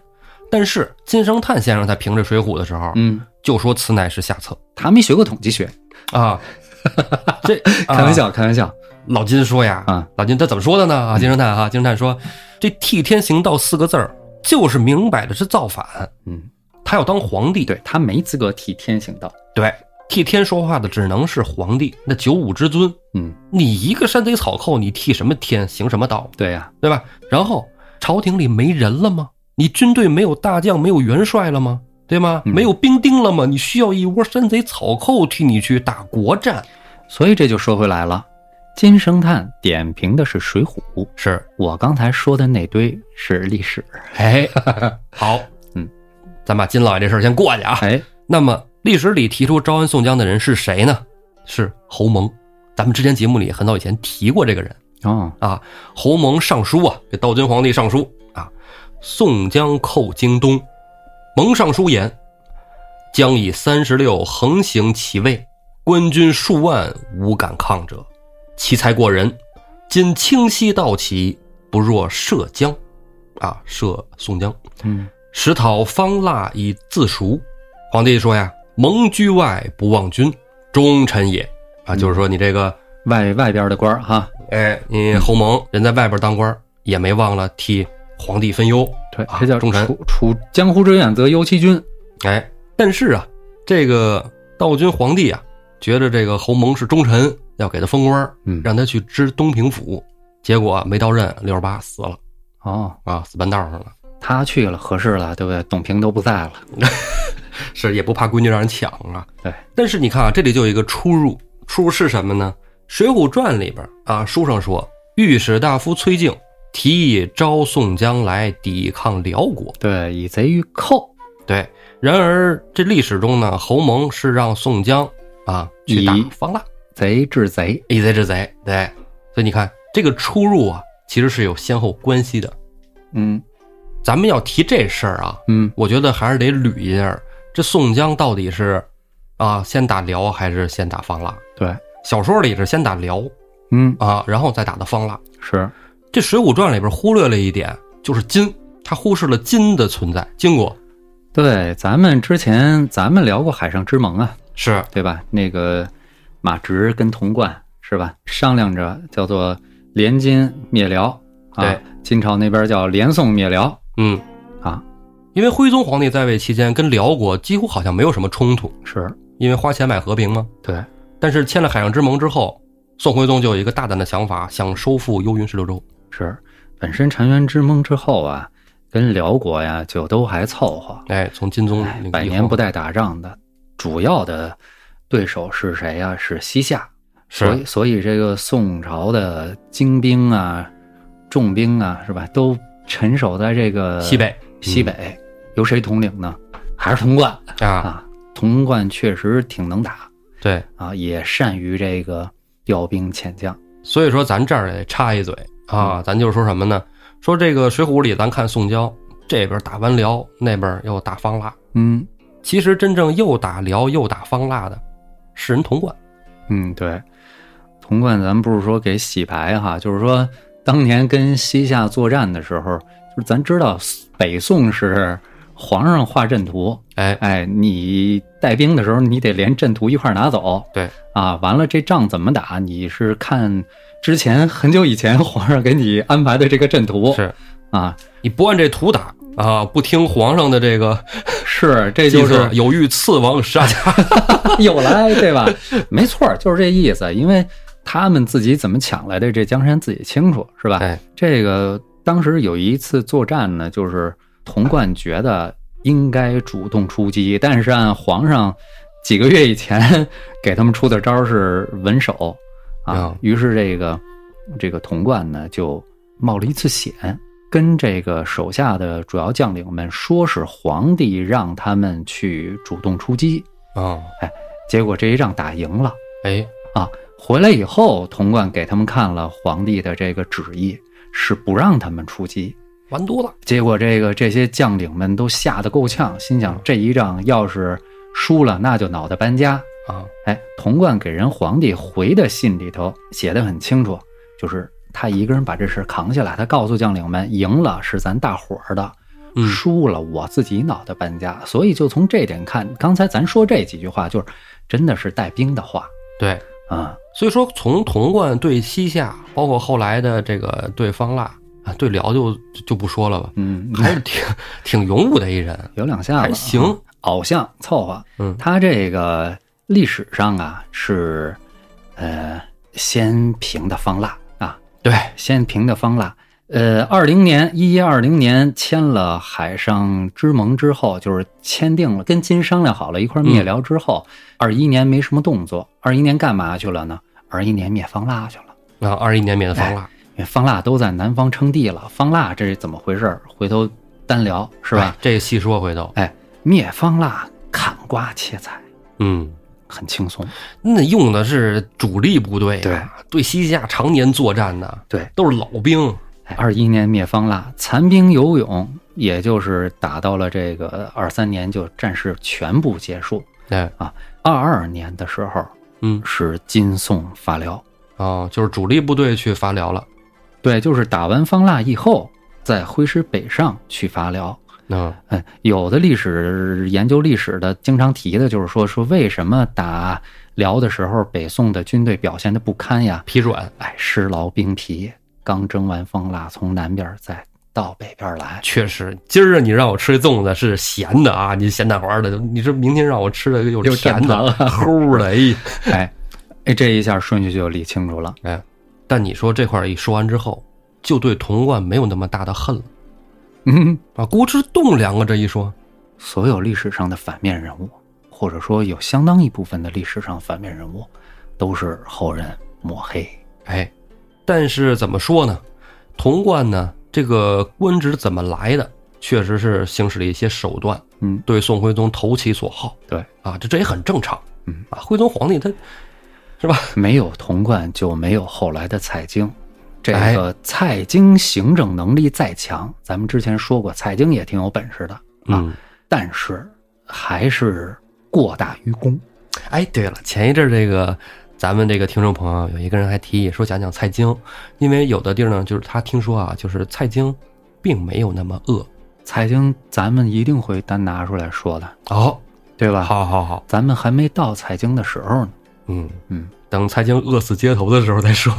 Speaker 2: 但是金圣叹先生在评这《水浒》的时候，
Speaker 1: 嗯，
Speaker 2: 就说此乃是下策
Speaker 1: 他没学过统计学，
Speaker 2: 啊。 这
Speaker 1: 开玩，
Speaker 2: 啊
Speaker 1: 笑，开玩笑。
Speaker 2: 老金说呀，
Speaker 1: 啊，
Speaker 2: 老金他怎么说的呢？啊，金圣叹哈，金圣叹说，这“替天行道”四个字儿，就是明摆着是造反，
Speaker 1: 嗯，
Speaker 2: 他要当皇帝。
Speaker 1: 对他没资格替天行道。
Speaker 2: 对，替天说话的只能是皇帝，那九五之尊。
Speaker 1: 嗯，
Speaker 2: 你一个山贼草寇，你替什么天行什么道？
Speaker 1: 对呀、
Speaker 2: 对吧？然后朝廷里没人了吗？你军队没有大将，没有元帅了吗？对吗？
Speaker 1: 嗯
Speaker 2: 没有兵丁了吗？你需要一窝山贼草寇替你去打国战。
Speaker 1: 所以这就说回来了，金圣叹点评的是《水浒》，
Speaker 2: 是，
Speaker 1: 我刚才说的那堆是历史。
Speaker 2: 哎，好，
Speaker 1: 嗯，
Speaker 2: 咱把金老爷这事儿先过去啊。
Speaker 1: 哎，
Speaker 2: 那么历史里提出招安宋江的人是谁呢？是侯蒙。咱们之前节目里很早以前提过这个人
Speaker 1: 哦，
Speaker 2: 啊，侯蒙上书啊，给道君皇帝上书啊，宋江寇京东，蒙上书言，将以三十六横行其位，官军数万，无敢抗者，其才过人，今清溪道其，不若涉江，啊，涉宋江。
Speaker 1: 嗯，
Speaker 2: 食讨方腊以自赎。皇帝说呀：“蒙居外不忘君，忠臣也。”啊，就是说你这个，
Speaker 1: 外外边的官儿哈，
Speaker 2: 哎，你侯蒙人在外边当官儿，也没忘了替皇帝分忧。
Speaker 1: 对
Speaker 2: 啊，
Speaker 1: 这叫
Speaker 2: 忠臣
Speaker 1: 楚楚江湖之远则忧其君。
Speaker 2: 哎，但是啊，这个道君皇帝啊，觉得这个侯蒙是忠臣，要给他封官儿，
Speaker 1: 嗯
Speaker 2: 让他去知东平府。结果啊没到任，六十八死了
Speaker 1: 哦，
Speaker 2: 啊，死半道上了。
Speaker 1: 他去了合适了，对不对？董平都不在了，
Speaker 2: 是也不怕闺女让人抢啊。
Speaker 1: 对，
Speaker 2: 但是你看啊，这里就有一个出入，出入是什么呢？《水浒传》里边啊，书上说，御史大夫崔敬提议招宋江来抵抗辽国。
Speaker 1: 对，以贼御寇，
Speaker 2: 对，然而这历史中呢，侯蒙是让宋江啊去打
Speaker 1: 以
Speaker 2: 方腊，
Speaker 1: 贼治贼，
Speaker 2: 以贼制贼。对，所以你看这个出入啊，其实是有先后关系的。
Speaker 1: 嗯
Speaker 2: 咱们要提这事儿啊，
Speaker 1: 嗯，
Speaker 2: 我觉得还是得捋一下，这宋江到底是啊先打辽还是先打方腊？
Speaker 1: 对，
Speaker 2: 小说里是先打辽
Speaker 1: 嗯
Speaker 2: 啊，然后再打的方腊。
Speaker 1: 是，
Speaker 2: 这《水浒传》里边忽略了一点，就是金，他忽视了金的存在。金国
Speaker 1: 对，咱们之前咱们聊过海上之盟啊，
Speaker 2: 是
Speaker 1: 对吧？那个马直跟童贯是吧？商量着叫做联金灭辽啊，
Speaker 2: 对，
Speaker 1: 金朝那边叫联宋灭辽
Speaker 2: 嗯，
Speaker 1: 啊，
Speaker 2: 因为徽宗皇帝在位期间跟辽国几乎好像没有什么冲突，
Speaker 1: 是
Speaker 2: 因为花钱买和平嘛。
Speaker 1: 对，
Speaker 2: 但是签了海上之盟之后，宋徽宗就有一个大胆的想法，想收复幽云十六州。
Speaker 1: 是本身澶渊之盟之后啊，跟辽国呀就都还凑合，
Speaker 2: 哎，从金宗
Speaker 1: 哎
Speaker 2: 那个
Speaker 1: 百
Speaker 2: 以
Speaker 1: 年
Speaker 2: 后
Speaker 1: 不带打仗的，主要的对手是谁呀、是西夏，所以
Speaker 2: 是
Speaker 1: 所以这个宋朝的精兵啊、重兵啊，是吧，都沉守在这个
Speaker 2: 西北
Speaker 1: 西北，由谁统领呢？还是童贯
Speaker 2: 啊，
Speaker 1: 啊？童贯确实挺能打
Speaker 2: 对，
Speaker 1: 啊，也善于这个调兵遣将。
Speaker 2: 所以说咱这儿得插一嘴啊，咱就说什么呢？说这个《水浒》里，咱看宋江这边打完辽，那边又打方腊，
Speaker 1: 嗯
Speaker 2: 其实真正又打辽又打方腊的是人童贯。
Speaker 1: 嗯，对，童贯咱们不是说给洗白哈，就是说当年跟西夏作战的时候，就是咱知道北宋是皇上画阵图，
Speaker 2: 哎，
Speaker 1: 哎，你带兵的时候，你得连阵图一块儿拿走。
Speaker 2: 对
Speaker 1: 啊，完了这仗怎么打？你是看之前很久以前皇上给你安排的这个阵图
Speaker 2: 是
Speaker 1: 啊，
Speaker 2: 你不按这图打啊，不听皇上的这个
Speaker 1: 是这
Speaker 2: 计
Speaker 1: 就
Speaker 2: 策
Speaker 1: 是，
Speaker 2: 有欲刺王杀家。
Speaker 1: 又来哎对吧？没错儿，就是这意思。因为他们自己怎么抢来的，这江山自己清楚，是吧？
Speaker 2: 哎，
Speaker 1: 这个当时有一次作战呢，就是童贯觉得应该主动出击，但是按皇上几个月以前给他们出的招儿是稳守啊
Speaker 2: 啊，
Speaker 1: 于是这个这个童贯呢就冒了一次险，跟这个手下的主要将领们说是皇帝让他们去主动出击，啊
Speaker 2: 哦，
Speaker 1: 结果这一仗打赢了。
Speaker 2: 哎，
Speaker 1: 回来以后，童贯给他们看了皇帝的这个旨意，是不让他们出击。
Speaker 2: 完犊子。
Speaker 1: 结果这个这些将领们都吓得够呛，心想这一仗要是输了，那就脑袋搬家。
Speaker 2: 啊，
Speaker 1: 哎，童贯给人皇帝回的信里头写的很清楚，就是他一个人把这事儿扛下来。他告诉将领们，赢了是咱大伙儿的，
Speaker 2: 嗯
Speaker 1: 输了我自己脑袋搬家。所以就从这点看，刚才咱说这几句话，就是真的是带兵的话
Speaker 2: 对，
Speaker 1: 啊、
Speaker 2: 所以说从童贯对西夏，包括后来的这个对方腊啊，对辽就就不说了吧，
Speaker 1: 嗯，嗯，啊
Speaker 2: 还是挺挺勇武的一人，
Speaker 1: 有两下
Speaker 2: 还
Speaker 1: 子，
Speaker 2: 行。
Speaker 1: 偶像凑合。
Speaker 2: 嗯
Speaker 1: 他这个历史上啊是，呃，先平的方腊啊，
Speaker 2: 对，
Speaker 1: 先平的方腊。呃，二零年一一二零年签了海上之盟之后，就是签订了跟金商量好了一块儿灭辽之后，二一、年没什么动作。二一年干嘛去了呢？二一年灭方腊去了。
Speaker 2: 啊，二一年免的方腊，
Speaker 1: 因为方腊都在南方称帝了，方腊这是怎么回事儿？回头单聊是吧
Speaker 2: 哎？？这细说回头，
Speaker 1: 哎，灭方腊砍瓜切菜，
Speaker 2: 嗯，
Speaker 1: 很轻松。
Speaker 2: 那用的是主力部队啊，对西夏常年作战的，
Speaker 1: 对，
Speaker 2: 都是老兵，
Speaker 1: 二一年灭方腊，残兵游勇，也就是打到了这个二三年就战事全部结束。
Speaker 2: 哎，
Speaker 1: 二二年的时候
Speaker 2: 嗯，
Speaker 1: 是金宋伐辽，
Speaker 2: 哦，就是主力部队去伐辽了，
Speaker 1: 对，就是打完方腊以后，再挥师北上去伐辽。
Speaker 2: 嗯，
Speaker 1: 嗯，有的历史研究历史的经常提的就是说，说为什么打辽的时候，北宋的军队表现的不堪呀？
Speaker 2: 疲软
Speaker 1: 哎，施劳兵疲，刚征完方腊，从南边再到北边来。
Speaker 2: 确实，今儿你让我吃粽子是咸的啊，你咸蛋黄的，你这明天让我吃的又
Speaker 1: 又
Speaker 2: 甜
Speaker 1: 蘸
Speaker 2: 的
Speaker 1: 糖，了
Speaker 2: 齁的，哎，
Speaker 1: 哎，哎，这一下顺序就理清楚了。
Speaker 2: 哎，但你说这块儿一说完之后，就对童贯没有那么大的恨了。
Speaker 1: 嗯，
Speaker 2: 啊，郭之栋梁啊，这一说，
Speaker 1: 所有历史上的反面人物，或者说有相当一部分的历史上反面人物，都是后人抹黑。
Speaker 2: 哎，但是怎么说呢？童贯呢，这个官职怎么来的，确实是行使了一些手段，
Speaker 1: 嗯，
Speaker 2: 对宋徽宗投其所好
Speaker 1: 对，
Speaker 2: 啊，这这也很正常。
Speaker 1: 嗯
Speaker 2: 啊，徽宗皇帝他
Speaker 1: 没有童贯就没有后来的蔡京。这
Speaker 2: 哎
Speaker 1: 个蔡京行政能力再强，咱们之前说过，蔡京也挺有本事的啊，
Speaker 2: 嗯，
Speaker 1: 但是还是过大于功。
Speaker 2: 哎，对了，前一阵儿这个咱们这个听众朋友有一个人还提议说讲讲蔡京，因为有的地儿呢，就是他听说啊，就是蔡京并没有那么恶。
Speaker 1: 蔡京，咱们一定会单拿出来说的，
Speaker 2: 哦，
Speaker 1: 对吧？，
Speaker 2: 好好好，
Speaker 1: 咱们还没到蔡京的时候呢。
Speaker 2: 嗯
Speaker 1: 嗯，
Speaker 2: 等蔡京饿死街头的时候再说。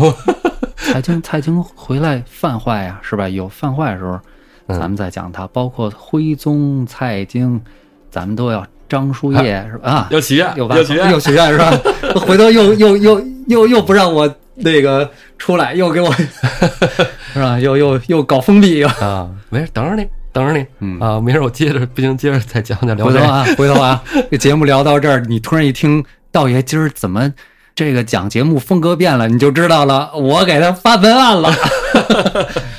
Speaker 1: 蔡京，蔡京回来犯坏呀、是吧？有犯坏的时候，
Speaker 2: 嗯
Speaker 1: 咱们再讲他，包括徽宗、蔡京，咱们都要张叔夜、是吧？啊，
Speaker 2: 要起愿，
Speaker 1: 有
Speaker 2: 要
Speaker 1: 吧？
Speaker 2: 起愿，
Speaker 1: 有许愿是吧？回头又又又又又不让我那个出来，又给我是吧？又又又搞封闭，又
Speaker 2: 啊，没事，等着你，等着你。
Speaker 1: 嗯
Speaker 2: 啊，没事，我接着，不行，接着再讲讲聊
Speaker 1: 回
Speaker 2: 这
Speaker 1: 头
Speaker 2: 个。
Speaker 1: 啊，回头啊，这节目聊到这儿，你突然一听道爷今儿怎么这个讲节目风格变了，你就知道了，我给他发文案了，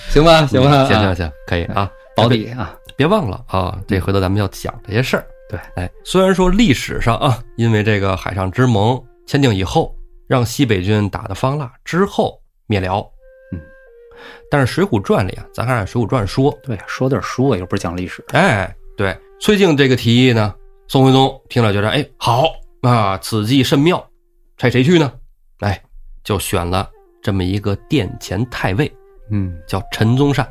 Speaker 1: 行吧，行吧，
Speaker 2: 嗯行
Speaker 1: 啊
Speaker 2: 行行，可以啊，
Speaker 1: 保底啊，
Speaker 2: 别忘了啊，这回头咱们要讲这些事儿。
Speaker 1: 对，
Speaker 2: 哎，虽然说历史上啊，因为这个海上之盟签订以后，让西北军打得方腊之后灭辽，
Speaker 1: 嗯，
Speaker 2: 但是《水浒传》里啊，咱还是按《水浒传》说，
Speaker 1: 对，说点书啊，又不是讲历史，
Speaker 2: 哎，对，崔静这个提议呢，宋徽宗听了觉得哎好啊，此计甚妙，派谁去呢？哎，就选了这么一个殿前太尉，
Speaker 1: 嗯，
Speaker 2: 叫陈宗善。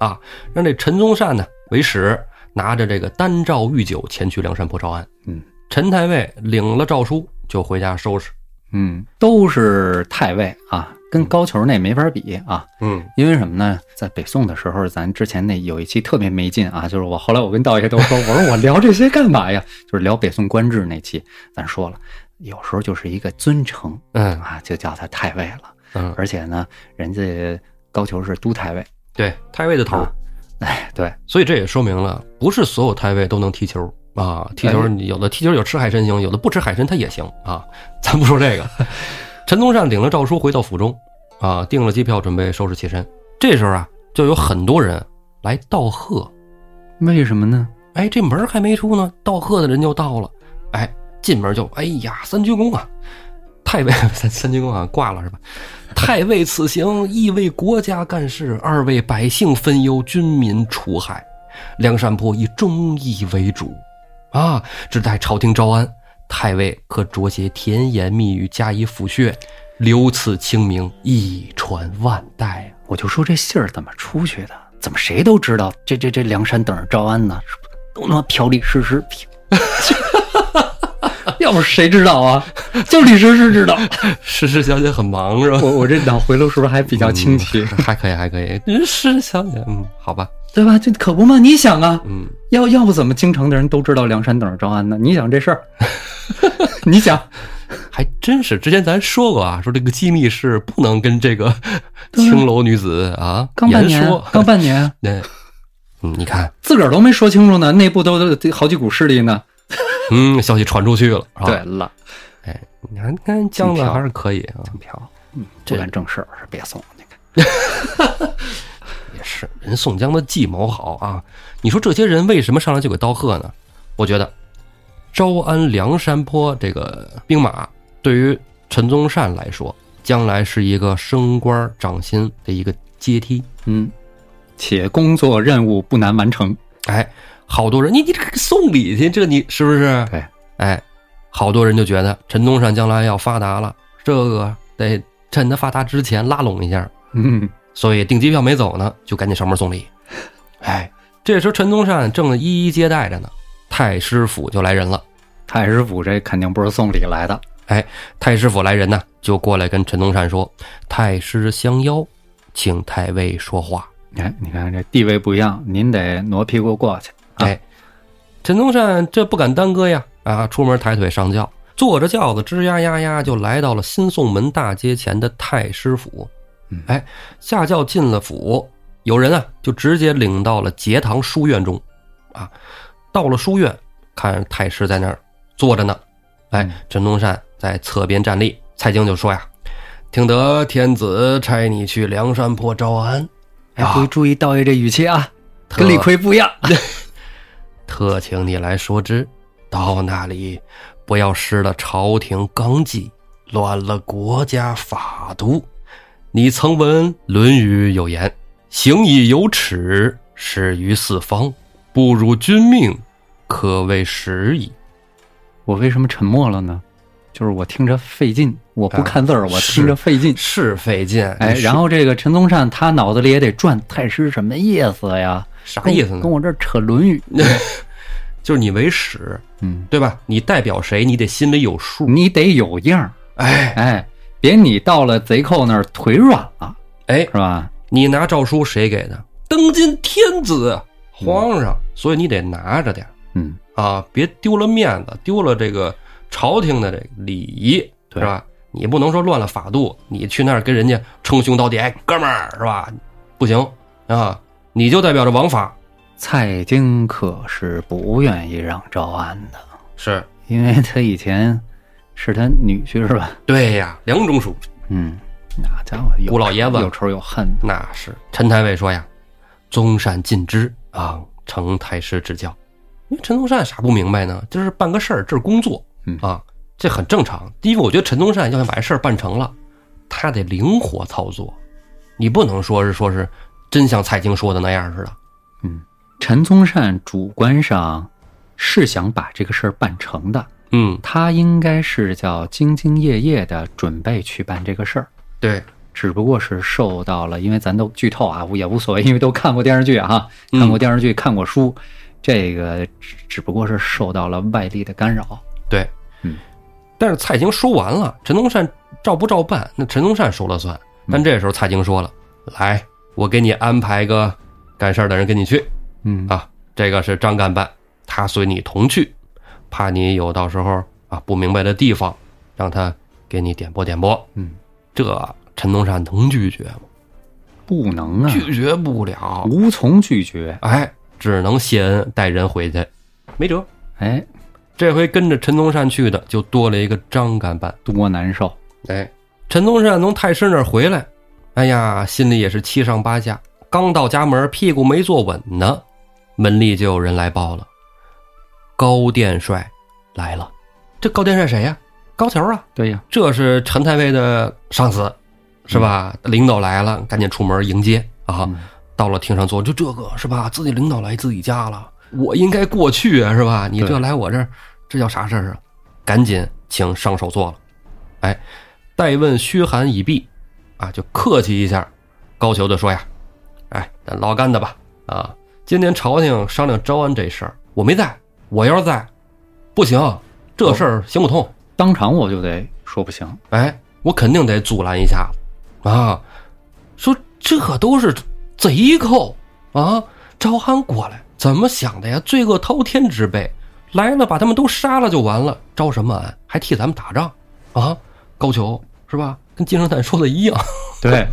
Speaker 1: 哦，
Speaker 2: 让这陈宗善呢为使，拿着这个单诏御酒前去梁山泊招安。
Speaker 1: 嗯，
Speaker 2: 陈太尉领了诏书就回家收拾。
Speaker 1: 嗯，都是太尉啊，跟高俅那没法比啊。
Speaker 2: 嗯，
Speaker 1: 因为什么呢？在北宋的时候，咱之前那有一期特别没劲啊，就是我后来我跟道爷都说，我说我聊这些干嘛呀？就是聊北宋官制那期，咱说了，有时候就是一个尊称
Speaker 2: 嗯
Speaker 1: 啊，就叫他太尉了。
Speaker 2: 嗯，
Speaker 1: 而且呢，人家高俅是都太尉，
Speaker 2: 对，太尉的头儿。
Speaker 1: 啊哎，对，
Speaker 2: 所以这也说明了，不是所有太尉都能踢球啊。踢球
Speaker 1: 哎
Speaker 2: 有的踢球有吃海参行，有的不吃海参他也行啊。咱不说这个， 陈宗善领了诏书回到府中啊，订了机票准备收拾起身。这时候啊，就有很多人来道贺。
Speaker 1: 为什么呢？
Speaker 2: 哎，这门儿还没出呢，道贺的人就到了。哎，进门就哎呀，三鞠躬啊！太尉 三三鞠躬啊，挂了是吧？太尉此行，亦为国家干事，二为百姓分忧，军民除害。梁山泊以忠义为主，啊，只待朝廷招安，太尉可着些甜言蜜语加以抚恤，留此清明，一传万代啊！
Speaker 1: 我就说这信儿怎么出去的？怎么谁都知道这这这梁山等着招安呢？是不是都他妈嫖李师师，要不谁知道啊？就李师师知道。
Speaker 2: 诗诗小姐很忙是吧？
Speaker 1: 我我这脑回路是不是还比较清晰？
Speaker 2: 嗯还可以，还可以。人诗小姐，嗯，好吧，
Speaker 1: 对吧？这可不嘛！你想啊，
Speaker 2: 嗯，
Speaker 1: 要要不怎么京城的人都知道梁山等着招安呢？你想这 事儿，你想
Speaker 2: 还真是。之前咱说过啊，说这个机密是不能跟这个
Speaker 1: 对啊
Speaker 2: 青楼女子啊
Speaker 1: 刚半
Speaker 2: 言
Speaker 1: 年
Speaker 2: 说，。
Speaker 1: 刚半年，
Speaker 2: 对，嗯，你看，
Speaker 1: 自个儿都没说清楚呢，内部都都好几股势力呢。
Speaker 2: 嗯，消息传出去了，是吧
Speaker 1: 对，了，
Speaker 2: 哎，你看，看姜
Speaker 1: 挺
Speaker 2: 子
Speaker 1: 漂亮
Speaker 2: 还是可以啊，
Speaker 1: 嫖，嗯，
Speaker 2: 这
Speaker 1: 不干正事儿是别送你看，
Speaker 2: 也是人宋江的计谋好啊。你说这些人为什么上来就给道贺呢？我觉得招安梁山泊这个兵马，对于陈宗善来说，将来是一个升官涨薪的一个阶梯。
Speaker 1: 嗯，且工作任务不难完成，
Speaker 2: 哎，好多人，你你这个送礼去，这你是不是？
Speaker 1: 对，
Speaker 2: 哎，好多人就觉得陈东善将来要发达了，这个得趁他发达之前拉拢一下，
Speaker 1: 嗯，
Speaker 2: 所以订机票没走呢，就赶紧上门送礼。哎，这时候陈东善正一一接待着呢，太师府就来人了。
Speaker 1: 太师府这肯定不是送礼来的，
Speaker 2: 太师府来人呢，就过来跟陈东善说：“太师相邀，请太尉说话。”
Speaker 1: 哎，你看这地位不一样，您得挪屁股过去，啊
Speaker 2: 哎，陈宗善这不敢耽搁呀，啊，出门抬腿上轿，坐着轿子吱呀呀呀就来到了新宋门大街前的太师府
Speaker 1: 嗯。
Speaker 2: 哎，下轿进了府，有人啊就直接领到了节堂书院中，啊，到了书院，看太师在那儿坐着呢，哎
Speaker 1: 嗯，
Speaker 2: 陈东善在侧边站立，蔡京就说呀：“听得天子差你去梁山泊招安，
Speaker 1: 哎，
Speaker 2: 啊
Speaker 1: 注意注意道爷这语气啊，
Speaker 2: 特
Speaker 1: 跟李逵不一样。
Speaker 2: 特请你来说知，到那里不要失了朝廷纲纪，乱了国家法度。你曾闻《论语》有言：“行以有耻，始于四方，不辱君命，可谓始矣。
Speaker 1: 我为什么沉默了呢？就是我听着费劲，我不看字儿，我
Speaker 2: 是
Speaker 1: 听着费”劲。
Speaker 2: 啊是费劲，
Speaker 1: 哎，
Speaker 2: 是
Speaker 1: 然后这个陈宗善他脑子里也得转，太师什么意思呀？
Speaker 2: 啥
Speaker 1: 跟
Speaker 2: 意思呢
Speaker 1: 跟？我这儿扯《论语》。
Speaker 2: 就是你为使，
Speaker 1: 嗯，
Speaker 2: 对吧？你代表谁，你得心里有数。
Speaker 1: 你得有样儿，
Speaker 2: 哎
Speaker 1: 哎，别你到了贼寇那儿腿软了，
Speaker 2: 哎
Speaker 1: 是，吧？
Speaker 2: 你拿诏书谁给的？登进天子，皇上，所以你得拿着点儿
Speaker 1: 嗯，
Speaker 2: 啊，别丢了面子，丢了这个朝廷的这个礼仪，是
Speaker 1: 对
Speaker 2: 吧？你不能说乱了法度，你去那儿跟人家称兄道弟，哎，哥们儿是吧？不行啊，你就代表着王法，
Speaker 1: 蔡京可是不愿意让招安的，
Speaker 2: 是
Speaker 1: 因为他以前是他女婿是吧？
Speaker 2: 对呀，梁中书
Speaker 1: 嗯，那家伙有
Speaker 2: 吴老爷子
Speaker 1: 有仇有恨的。
Speaker 2: 那是陈太尉说呀，宗善尽知啊，承太师指教。因为陈宗善傻不明白呢，这是办个事儿，这是工作，
Speaker 1: 嗯
Speaker 2: 啊，这很正常。第一个，我觉得陈宗善要想把这事儿办成了，他得灵活操作，你不能说是说是真像蔡京说的那样似的，
Speaker 1: 陈宗善主观上是想把这个事儿办成的，
Speaker 2: 嗯，
Speaker 1: 他应该是叫兢兢业业的准备去办这个事儿，
Speaker 2: 对，
Speaker 1: 只不过是受到了，因为咱都剧透啊，也无所谓，因为都看过电视剧啊，
Speaker 2: 嗯
Speaker 1: 看过电视剧，看过书，这个只只不过是受到了外力的干扰。
Speaker 2: 对，
Speaker 1: 嗯。
Speaker 2: 但是蔡京说完了，陈宗善照不照办，那陈宗善说了算。但这时候蔡京说了：“来，我给你安排个干事儿的人跟你去。”
Speaker 1: 嗯
Speaker 2: 啊，这个是张干办，他随你同去，怕你有到时候啊不明白的地方，让他给你点拨点拨。
Speaker 1: 嗯，
Speaker 2: 这陈东善能拒绝吗？
Speaker 1: 不能啊，
Speaker 2: 拒绝不了，
Speaker 1: 无从拒绝。
Speaker 2: 哎，只能谢恩带人回去，没辙。
Speaker 1: 哎，
Speaker 2: 这回跟着陈东善去的就多了一个张干办。
Speaker 1: 多难受。
Speaker 2: 哎，陈宗善从太师那儿回来，哎呀，心里也是七上八下。刚到家门，屁股没坐稳呢，门里就有人来报了，高殿帅来了。这高殿帅谁呀、高俅啊，
Speaker 1: 对呀，
Speaker 2: 这是陈太尉的上司，是吧？领导来了，赶紧出门迎接啊！
Speaker 1: 嗯
Speaker 2: 到了厅上坐，就这个是吧？自己领导来自己家了，我应该过去啊，是吧？你这
Speaker 1: 对
Speaker 2: 来我这儿，这叫啥事儿啊？赶紧请上手坐了。哎，待问嘘寒已毕，啊，就客气一下。高俅就说呀：“哎，咱老干的吧，啊，今天朝廷商量招安这事儿，我没在，我要是在，不行，这事儿行不通。
Speaker 1: 当场我就得说 不行。
Speaker 2: 哎，我肯定得阻拦一下啊！说这都是贼寇啊，招安过来怎么想的呀？罪恶滔天之辈，来了把他们都杀了就完了，招什么安？还替咱们打仗啊？高俅是吧？跟金圣叹说的一样，
Speaker 1: 对，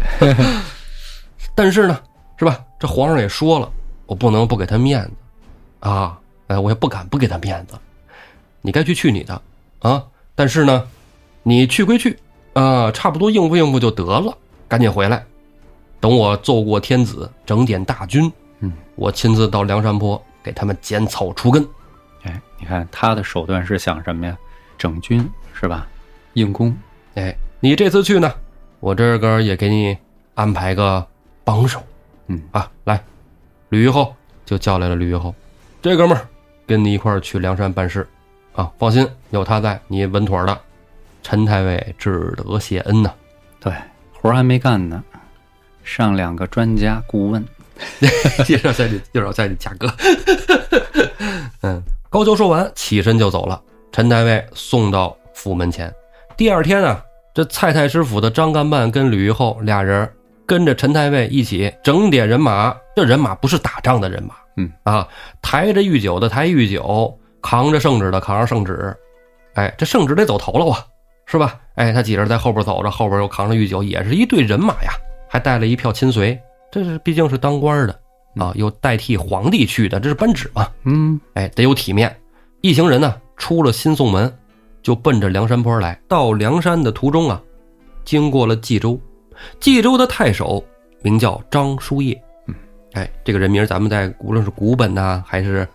Speaker 2: 但是呢，是吧？这皇上也说了，我不能不给他面子啊！哎，我也不敢不给他面子。你该去去你的啊！但是呢，你去归去，啊，差不多应付应付就得了，赶紧回来，等我奏过天子，整点大军，
Speaker 1: 嗯，
Speaker 2: 我亲自到梁山泊给他们剪草除根。
Speaker 1: 哎，你看他的手段是想什么呀？整军是吧？硬攻。
Speaker 2: 哎，你这次去呢，我这个也给你安排个帮手
Speaker 1: 嗯
Speaker 2: 啊，来，吕玉厚就叫来了吕玉厚，这哥们儿跟你一块儿去梁山办事啊，放心，有他在，你稳妥儿的。陈太尉只得谢恩呐、
Speaker 1: 对，活儿还没干呢，上两个专家顾问。
Speaker 2: 介绍下你，介绍下你价格。 嗯，高俅说完，起身就走了。陈太尉送到府门前。第二天啊，这蔡太师府的张干办跟吕玉厚俩人跟着陈太尉一起整点人马。这人马不是打仗的人马，
Speaker 1: 嗯
Speaker 2: 啊，抬着御酒的抬御酒，扛着圣旨的扛着圣旨。哎，这圣旨得走头了啊，是吧？哎，他几人在后边走着，后边又扛着御酒，也是一队人马呀，还带了一票亲随。这是毕竟是当官儿的啊，又代替皇帝去的，这是班旨嘛，
Speaker 1: 嗯，
Speaker 2: 哎，得有体面。一行人呢，出了新宋门，就奔着梁山坡来。到梁山的途中啊，经过了冀州，冀州的太守名叫张叔夜。
Speaker 1: 嗯，
Speaker 2: 哎，这个人名咱们在无论是古本呐、还是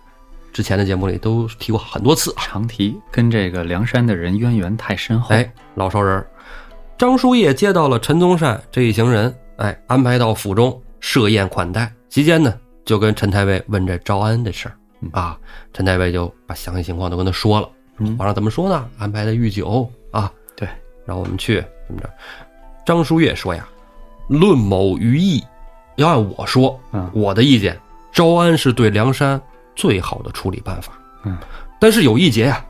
Speaker 2: 之前的节目里都提过很多次啊。
Speaker 1: 常提跟这个梁山的人渊源太深厚，
Speaker 2: 哎，老熟人儿，张叔夜接到了陈宗善这一行人，哎，安排到府中设宴款待。期间呢，就跟陈太尉问这招安的事儿
Speaker 1: 嗯
Speaker 2: 啊，陈太尉就把详细情况都跟他说了。
Speaker 1: 嗯
Speaker 2: 皇上怎么说呢？安排的御酒啊，
Speaker 1: 对，
Speaker 2: 让我们去怎么着？张叔夜说呀，论某于意，要按我说，
Speaker 1: 嗯
Speaker 2: 我的意见，招安是对梁山最好的处理办法。
Speaker 1: 嗯，
Speaker 2: 但是有一节呀、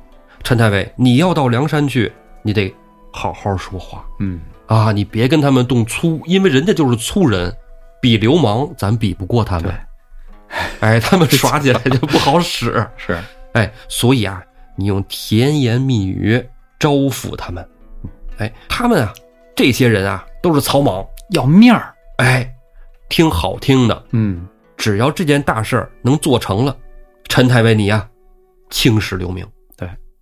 Speaker 2: 陈太尉，你要到梁山去，你得好好说话
Speaker 1: 嗯
Speaker 2: 啊，你别跟他们动粗，因为人家就是粗人，比流氓咱比不过他们
Speaker 1: 对。
Speaker 2: 哎，他们耍起来就不好使。
Speaker 1: 是，
Speaker 2: 哎，所以啊，你用甜言蜜语招抚他们。哎，他们啊，这些人啊，都是草莽。
Speaker 1: 要面儿，
Speaker 2: 哎，听好听的，
Speaker 1: 嗯，
Speaker 2: 只要这件大事儿能做成了，陈太尉你呀、青史留名。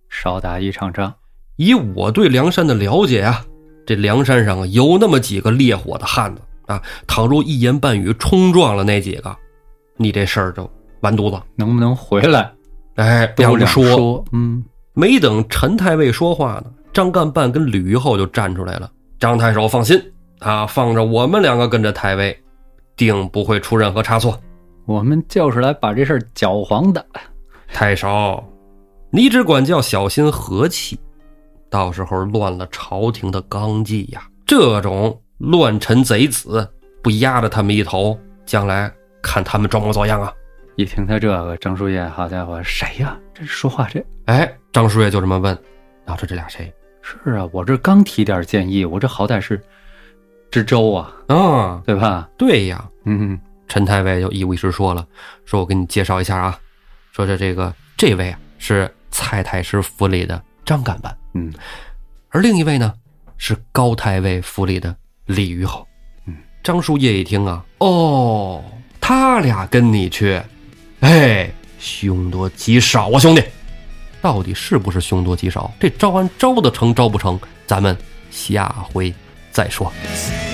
Speaker 1: 少打一场仗，
Speaker 2: 以我对梁山的了解啊，这梁山上啊有那么几个烈火的汉子啊，倘若一言半语冲撞了那几个，你这事儿就完犊子。
Speaker 1: 能不能回来
Speaker 2: 哎，不
Speaker 1: 都
Speaker 2: 要
Speaker 1: 两
Speaker 2: 说，
Speaker 1: 说，嗯，
Speaker 2: 没等陈太尉说话呢，张干办跟吕虞后就站出来了。张太守放心啊，放着我们两个跟着太尉，定不会出任何差错。
Speaker 1: 我们就是来把这事儿搅黄的，
Speaker 2: 太守，你只管教小心和气，到时候乱了朝廷的纲纪呀。这种乱臣贼子，不压着他们一头，将来看他们装模作样啊！
Speaker 1: 一听他这个，张叔夜，好家伙，谁呀、这说话这
Speaker 2: 哎，张叔夜就这么问，啊，这这俩谁
Speaker 1: 是啊，我这刚提点建议，我这好歹是知州啊，
Speaker 2: 啊？
Speaker 1: 对吧？
Speaker 2: 对呀，
Speaker 1: 嗯，
Speaker 2: 陈太尉就一五一十说了，说我给你介绍一下啊，说这这个这位啊是蔡太师府里的张干办，
Speaker 1: 嗯，
Speaker 2: 而另一位呢是高太尉府里的李虞侯。
Speaker 1: 嗯，
Speaker 2: 张叔夜一听啊，哦，他俩跟你去，哎，凶多吉少啊，兄弟，到底是不是凶多吉少？这招安招得成招不成，咱们下回再说。
Speaker 3: Say